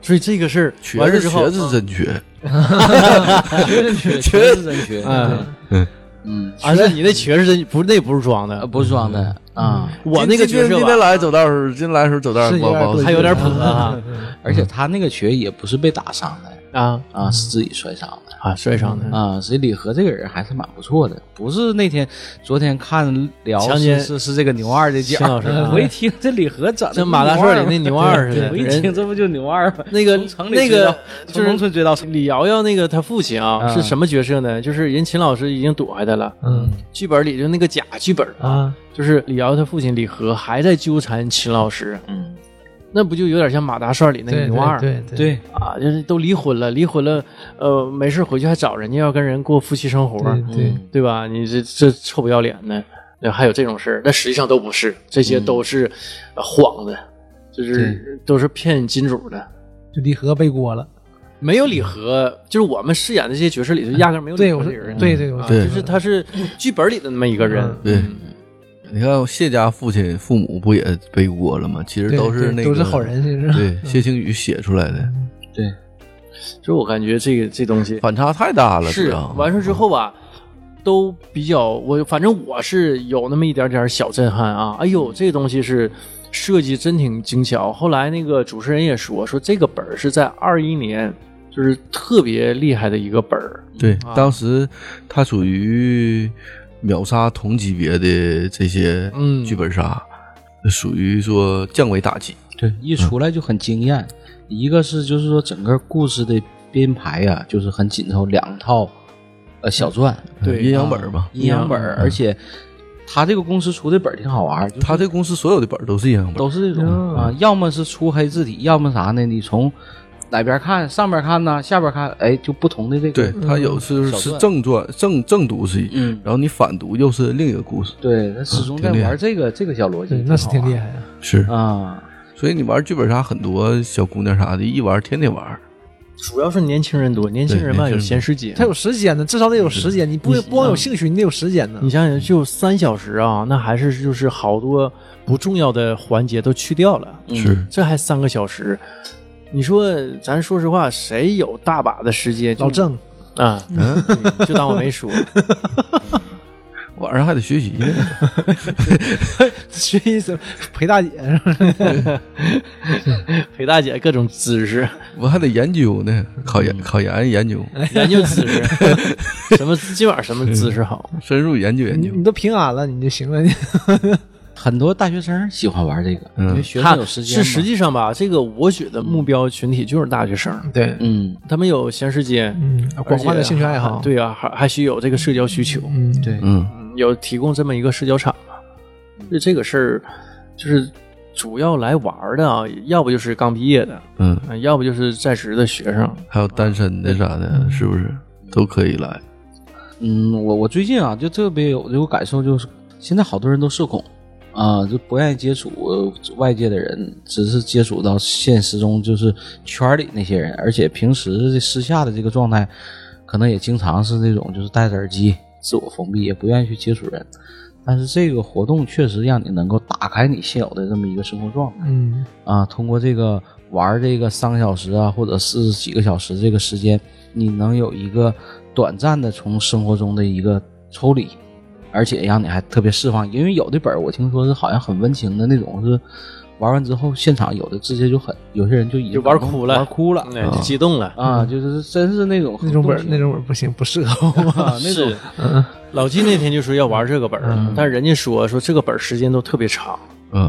Speaker 1: 所以这个事儿
Speaker 4: 瘸
Speaker 1: 完事啊
Speaker 4: 子
Speaker 1: 之后
Speaker 4: 瘸，子真瘸，
Speaker 3: 确实确实真缺，嗯嗯，
Speaker 1: 而是你那瘸是真不是那不是装的
Speaker 3: 呃，，不是装的啊，
Speaker 1: 我那个角
Speaker 4: 今天
Speaker 1: 色
Speaker 4: 今天
Speaker 1: 吧，
Speaker 4: 来走道儿，今天来的时候走道
Speaker 2: 是
Speaker 4: 儿
Speaker 2: 有
Speaker 4: 不
Speaker 2: 点
Speaker 4: 好
Speaker 2: 多
Speaker 4: 不好
Speaker 1: 还有点跛啊
Speaker 3: 而且他那个瘸也不是被打伤的
Speaker 1: 啊
Speaker 3: 啊，是自己摔伤的
Speaker 1: 啊，摔伤的，
Speaker 3: 啊。所以李和这个人还是蛮不错的，不是那天昨天看聊
Speaker 1: 强
Speaker 3: 是
Speaker 1: 奸
Speaker 3: 是是这个牛二的讲
Speaker 1: 邢老师啊，
Speaker 3: 我一听这李和整的
Speaker 1: 跟马大帅里那牛二似的
Speaker 3: 我一
Speaker 1: 人
Speaker 3: 听这不就牛二吗？
Speaker 1: 那个
Speaker 3: 从城里
Speaker 1: 那
Speaker 3: 追到
Speaker 1: 个
Speaker 3: 从农村追到城里，
Speaker 1: 李瑶瑶那个他父亲啊
Speaker 3: 嗯
Speaker 1: 是什么角色呢？就是人秦老师已经躲开他了，
Speaker 2: 嗯
Speaker 1: 剧本里就那个假剧本，
Speaker 2: 啊，
Speaker 1: 就是李瑶瑶他父亲李和还在纠缠秦老师，
Speaker 3: 嗯，
Speaker 1: 那不就有点像马大帅里那个
Speaker 2: 对
Speaker 1: 牛二？
Speaker 2: 对对
Speaker 3: 对，
Speaker 1: 啊，就是都离婚了，离婚了，呃，没事回去还找人家要跟人过夫妻生活，
Speaker 2: 对对，
Speaker 1: 对吧？你这这臭不要脸的，对还有这种事儿，但实际上都不是，这些都是呃晃的，就是都是骗金主的。
Speaker 2: 就离合背锅了。
Speaker 1: 没有李和，就是我们饰演的这些角色里头，压根儿没有李
Speaker 2: 对，
Speaker 1: 和
Speaker 2: 我
Speaker 1: 这
Speaker 2: 说
Speaker 1: 个人，
Speaker 2: 对对嗯我
Speaker 1: 啊
Speaker 2: 说
Speaker 4: 对
Speaker 1: 就是他是剧本里的那么一个人，嗯
Speaker 4: 对，你看谢家父亲父母不也背锅了吗？其实
Speaker 2: 对
Speaker 4: 都是
Speaker 2: 对
Speaker 4: 那个
Speaker 2: 都是好人，其实
Speaker 4: 对，
Speaker 1: 嗯
Speaker 4: 谢青宇写出来的，
Speaker 3: 对，
Speaker 1: 就是我感觉这个这东西
Speaker 4: 反差太大了，嗯
Speaker 1: 是
Speaker 4: 主要
Speaker 1: 完事儿之后吧，都比较我反正我是有那么一点点小震撼啊！哎呦，这东西是设计真挺精巧。后来那个主持人也说，说这个本儿是在二一年，就是特别厉害的一个本儿。啊
Speaker 4: 对，当时他属于秒杀同级别的这些
Speaker 1: 嗯
Speaker 4: 剧本杀，属于说降维打击。
Speaker 3: 对，一出来就很惊艳。一个是就是说整个故事的编排呀、就是很紧凑，两套呃
Speaker 1: 嗯
Speaker 3: 小传，
Speaker 1: 对
Speaker 4: 阴阳本儿嘛，
Speaker 3: 阴阳本
Speaker 1: 嗯
Speaker 3: 儿，而且他这个公司出的本儿挺好玩儿，就是
Speaker 4: 他这公司所有的本儿都是阴阳本儿
Speaker 3: 都。是这种啊，要么是粗黑字体，要么啥呢？你从哪边看，上边看呢，下边看，哎，就不同的这
Speaker 4: 对
Speaker 3: 个，
Speaker 4: 他有是
Speaker 3: 小
Speaker 4: 是
Speaker 3: 传
Speaker 4: 正传正正读是一，
Speaker 3: 嗯
Speaker 4: 然后你反读又是另一个故事，
Speaker 3: 对，他始终在
Speaker 4: 挺厉害嗯
Speaker 3: 玩这个这个小逻辑
Speaker 2: 对，，那是挺厉
Speaker 3: 害
Speaker 2: 害啊。
Speaker 1: 嗯
Speaker 4: 是，
Speaker 3: 啊。
Speaker 4: 所以你玩剧本杀，很多小姑娘啥的，一玩天天玩，
Speaker 1: 主要是年轻人多，年轻人嘛
Speaker 4: 对年轻人
Speaker 1: 有闲时间
Speaker 2: 他。有时间呢，至少得有时间。你不不光有兴趣，你得有时间呢
Speaker 1: 你。想想，就三小时啊，那还是就是好多不重要的环节都去掉了，嗯
Speaker 4: 是
Speaker 1: 这还三个小时。你说，咱说实话，谁有大把的时间就？
Speaker 2: 老郑，
Speaker 1: 啊，就当我没 说。
Speaker 4: 晚上还得学习呢。
Speaker 2: 学习怎么陪大姐是不是？
Speaker 1: 裴大姐各种姿势，
Speaker 4: 我还得研究呢，考研考研研究，
Speaker 1: 研究姿势，什么今晚什么姿势好？
Speaker 4: 深入研究研
Speaker 2: 你
Speaker 4: 究。
Speaker 2: 你都平安了，你就行了。你
Speaker 3: 很多大学生喜欢玩这个，
Speaker 4: 嗯
Speaker 3: 因为学生
Speaker 1: 看
Speaker 3: 有时间
Speaker 1: 是
Speaker 3: 嘛，
Speaker 1: 实际上吧，这个我觉得目标群体就是大学生，
Speaker 2: 对，
Speaker 3: 嗯，
Speaker 1: 他们有闲时间，
Speaker 2: 嗯，广泛的兴趣爱好。，
Speaker 1: 对啊，还还需有这个社交需求，
Speaker 2: 嗯，
Speaker 3: 对，
Speaker 4: 嗯，
Speaker 1: 有提供这么一个社交场嘛。所以这个事儿就是主要来玩的啊，要不就是刚毕业的，
Speaker 4: 嗯，
Speaker 1: 呃要不就是在职的学生。
Speaker 4: 还有单身的啥的，是不是都可以来？
Speaker 3: 嗯，我我最近啊，就特别有有感受，就是现在好多人都社恐啊、就不愿意接触呃外界的人，只是接触到现实中就是圈儿里那些人，而且平时这私下的这个状态，可能也经常是那种就是戴着耳机自我封闭，也不愿意去接触人。但是这个活动确实让你能够打开你现有的这么一个生活状态
Speaker 2: 嗯，
Speaker 3: 啊，通过这个玩儿这个三个小时啊，或者是几个小时这个时间，你能有一个短暂的从生活中的一个抽离，而且让你还特别释放。因为有的本儿我听说是好像很温情的那种，是玩完之后现场有的直接就很，有些人就已经
Speaker 1: 就玩哭了
Speaker 3: 玩哭了
Speaker 1: 哎，就激动了，
Speaker 3: 啊，就是真是那种
Speaker 2: 那种本儿
Speaker 3: 动情
Speaker 2: 那种本儿不行，不适合我。
Speaker 3: 啊那种
Speaker 1: 是老金那天就说要玩这个本儿，
Speaker 3: 嗯
Speaker 1: 但人家说说这个本儿时间都特别长，
Speaker 4: 嗯，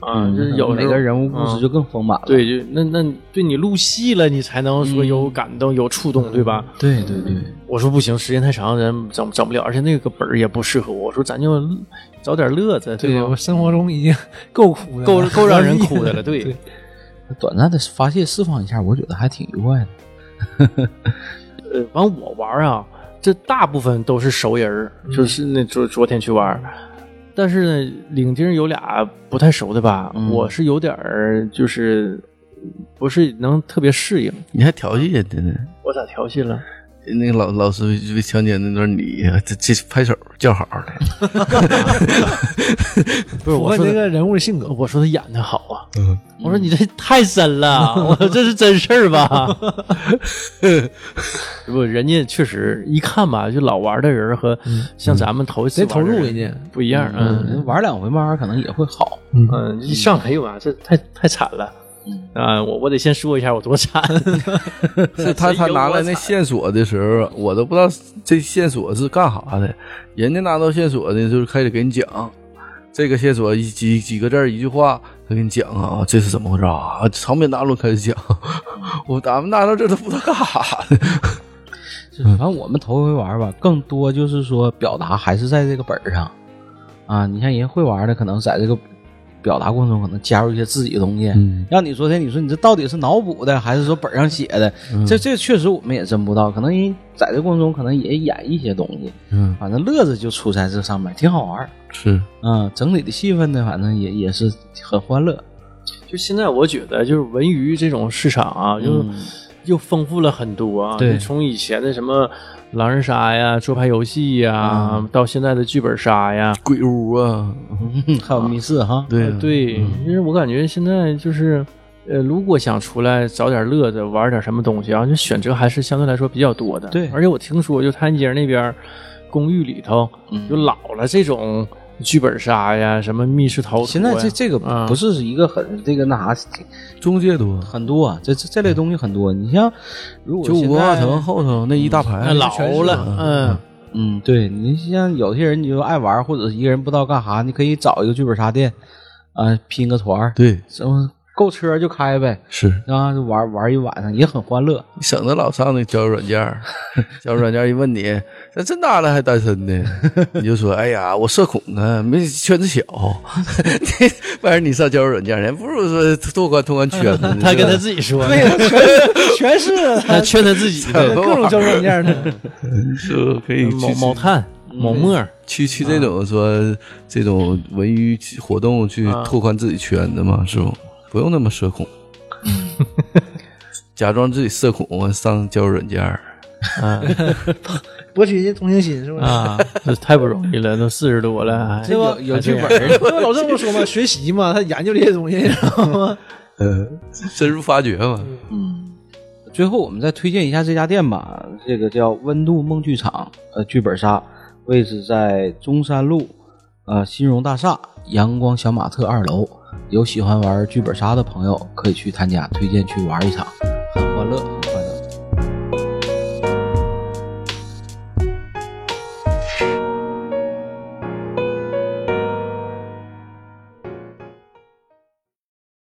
Speaker 3: 啊
Speaker 1: 嗯，就是有时
Speaker 3: 每
Speaker 1: 候嗯
Speaker 3: 个人物故事就更丰满了。
Speaker 1: 对，就那那对你入戏了，你才能说
Speaker 3: 嗯
Speaker 1: 有感动、有触动，对吧？
Speaker 3: 对对对，
Speaker 1: 我说不行，时间太长，咱整整不了，而且那个本儿也不适合我。我说咱就找点乐子，
Speaker 2: 对
Speaker 1: 吧
Speaker 2: 我？生活中已经够苦的了，
Speaker 1: 够够让人哭 的了，对
Speaker 2: 对。
Speaker 3: 短暂的发泄释放一下，我觉得还挺愉快的。
Speaker 1: 呃，完我玩儿啊，这大部分都是熟人儿，
Speaker 3: 嗯
Speaker 1: 就是那昨昨天去玩儿。但是呢，领丁儿有俩不太熟的吧，
Speaker 3: 嗯
Speaker 1: 我是有点儿就是不是能特别适应。
Speaker 4: 你还调戏人家呢？
Speaker 1: 我咋调戏了？
Speaker 4: 那个老老师被强奸那段，你这这拍手叫好的，
Speaker 1: 不是
Speaker 2: 符
Speaker 1: 我
Speaker 2: 合
Speaker 1: 说的，
Speaker 2: 那个人物的性格。
Speaker 1: 我说他演的好啊，
Speaker 4: 嗯
Speaker 1: 我说你这太深了，我说这是真事儿吧？ 不，人家确实一看吧，就老玩的人和像咱们头一次
Speaker 2: 嗯得投
Speaker 1: 玩的
Speaker 2: 入
Speaker 1: 人
Speaker 2: 人家
Speaker 1: 不一样，嗯
Speaker 3: 嗯，玩两回慢慢可能也会好。
Speaker 1: 嗯，一上来哎呦妈，这太太惨了。啊，我我得先说一下我多惨，
Speaker 4: 是他他
Speaker 1: 谁有
Speaker 4: 拿
Speaker 1: 我
Speaker 4: 来
Speaker 1: 惨
Speaker 4: 那线索的时候，我都不知道这线索是干啥的。人家拿到线索呢，就是开始给你讲这个线索一几几个字儿一句话，他给你讲啊，这是怎么回事啊？长篇大论开始讲， 我咱们拿到这都不知道干啥的。
Speaker 3: 就是反正我们头一回玩吧，更多就是说表达还是在这个本儿上啊。你像人会玩的，可能在这个表达过程中，可能加入一些自己的东西。
Speaker 4: 嗯
Speaker 3: 让你昨天你说你这到底是脑补的，还是说本儿上写的？这这确实我们也真不知道，可能人在这过程中可能也演绎一些东西，
Speaker 4: 嗯，
Speaker 3: 反正乐子就出在这上面，挺好玩儿。
Speaker 4: 是，
Speaker 3: 嗯，整体的气氛呢，反正也也是很欢乐。
Speaker 1: 就现在我觉得就是文娱这种市场啊，就
Speaker 3: 嗯
Speaker 1: 又丰富了很多啊。
Speaker 3: 对
Speaker 1: 就从以前的什么狼人杀呀、桌牌游戏呀，到现在的剧本杀呀，
Speaker 4: 鬼屋啊，
Speaker 3: 还有密室哈，
Speaker 4: 对啊
Speaker 1: 呃对，因为我感觉现在就是，呃，如果想出来找点乐子，玩点什么东西啊，就选择还是相对来说比较多的。
Speaker 3: 对
Speaker 1: 而且我听说，就谭街那边公寓里头，就老了这种剧本杀呀，什么密室逃脱呀。
Speaker 3: 现在这这个
Speaker 1: 啊
Speaker 3: 不是一个很这个那啥，
Speaker 4: 中介多，
Speaker 3: 很多啊，这这这类东西很多。你像如果
Speaker 4: 就
Speaker 3: 现在
Speaker 4: 文化城，后头那一大排
Speaker 1: 那，老了，嗯，
Speaker 3: 嗯，对你像有些人你就爱玩，或者是一个人不知道干啥，你可以找一个剧本杀店，啊、拼个团儿，
Speaker 4: 对，
Speaker 3: 什么购车就开呗，
Speaker 4: 是
Speaker 3: 啊，就玩玩一晚上也很欢乐。
Speaker 4: 你省得老上那交友软件 儿，交友软件一问你，那真咋了还单身 呢？你就说，哎呀，我社恐呢，没圈子 小。完事儿你上交友软件儿，人不如说拓宽拓宽圈 子。
Speaker 1: 他跟他自己说的，
Speaker 2: 全是
Speaker 1: 他劝他自己的
Speaker 4: 各
Speaker 2: 各种交友软件的，
Speaker 4: 是不是可以
Speaker 1: 某某探某沫儿，
Speaker 4: 去去这种说这种文娱活动去拓宽自己圈子嘛，是不？不用那么社 恐，假装自己社恐，完上交友软件儿。
Speaker 2: 博取人家同情心是吧？
Speaker 1: 啊，这太不容易了，都四十多了，哎还
Speaker 2: 对吧
Speaker 1: 有剧本
Speaker 2: 因为 老郑不说嘛，学习嘛，他研究这些东西，你知道吗？
Speaker 4: 嗯，深入发掘嘛，
Speaker 3: 最后我们再推荐一下这家店吧，这个叫温度梦剧场，呃，剧本杀，位置在中山路，呃，新荣大厦阳光小马特二楼。有喜欢玩剧本杀的朋友，可以去他家，推荐去玩一场，很欢乐。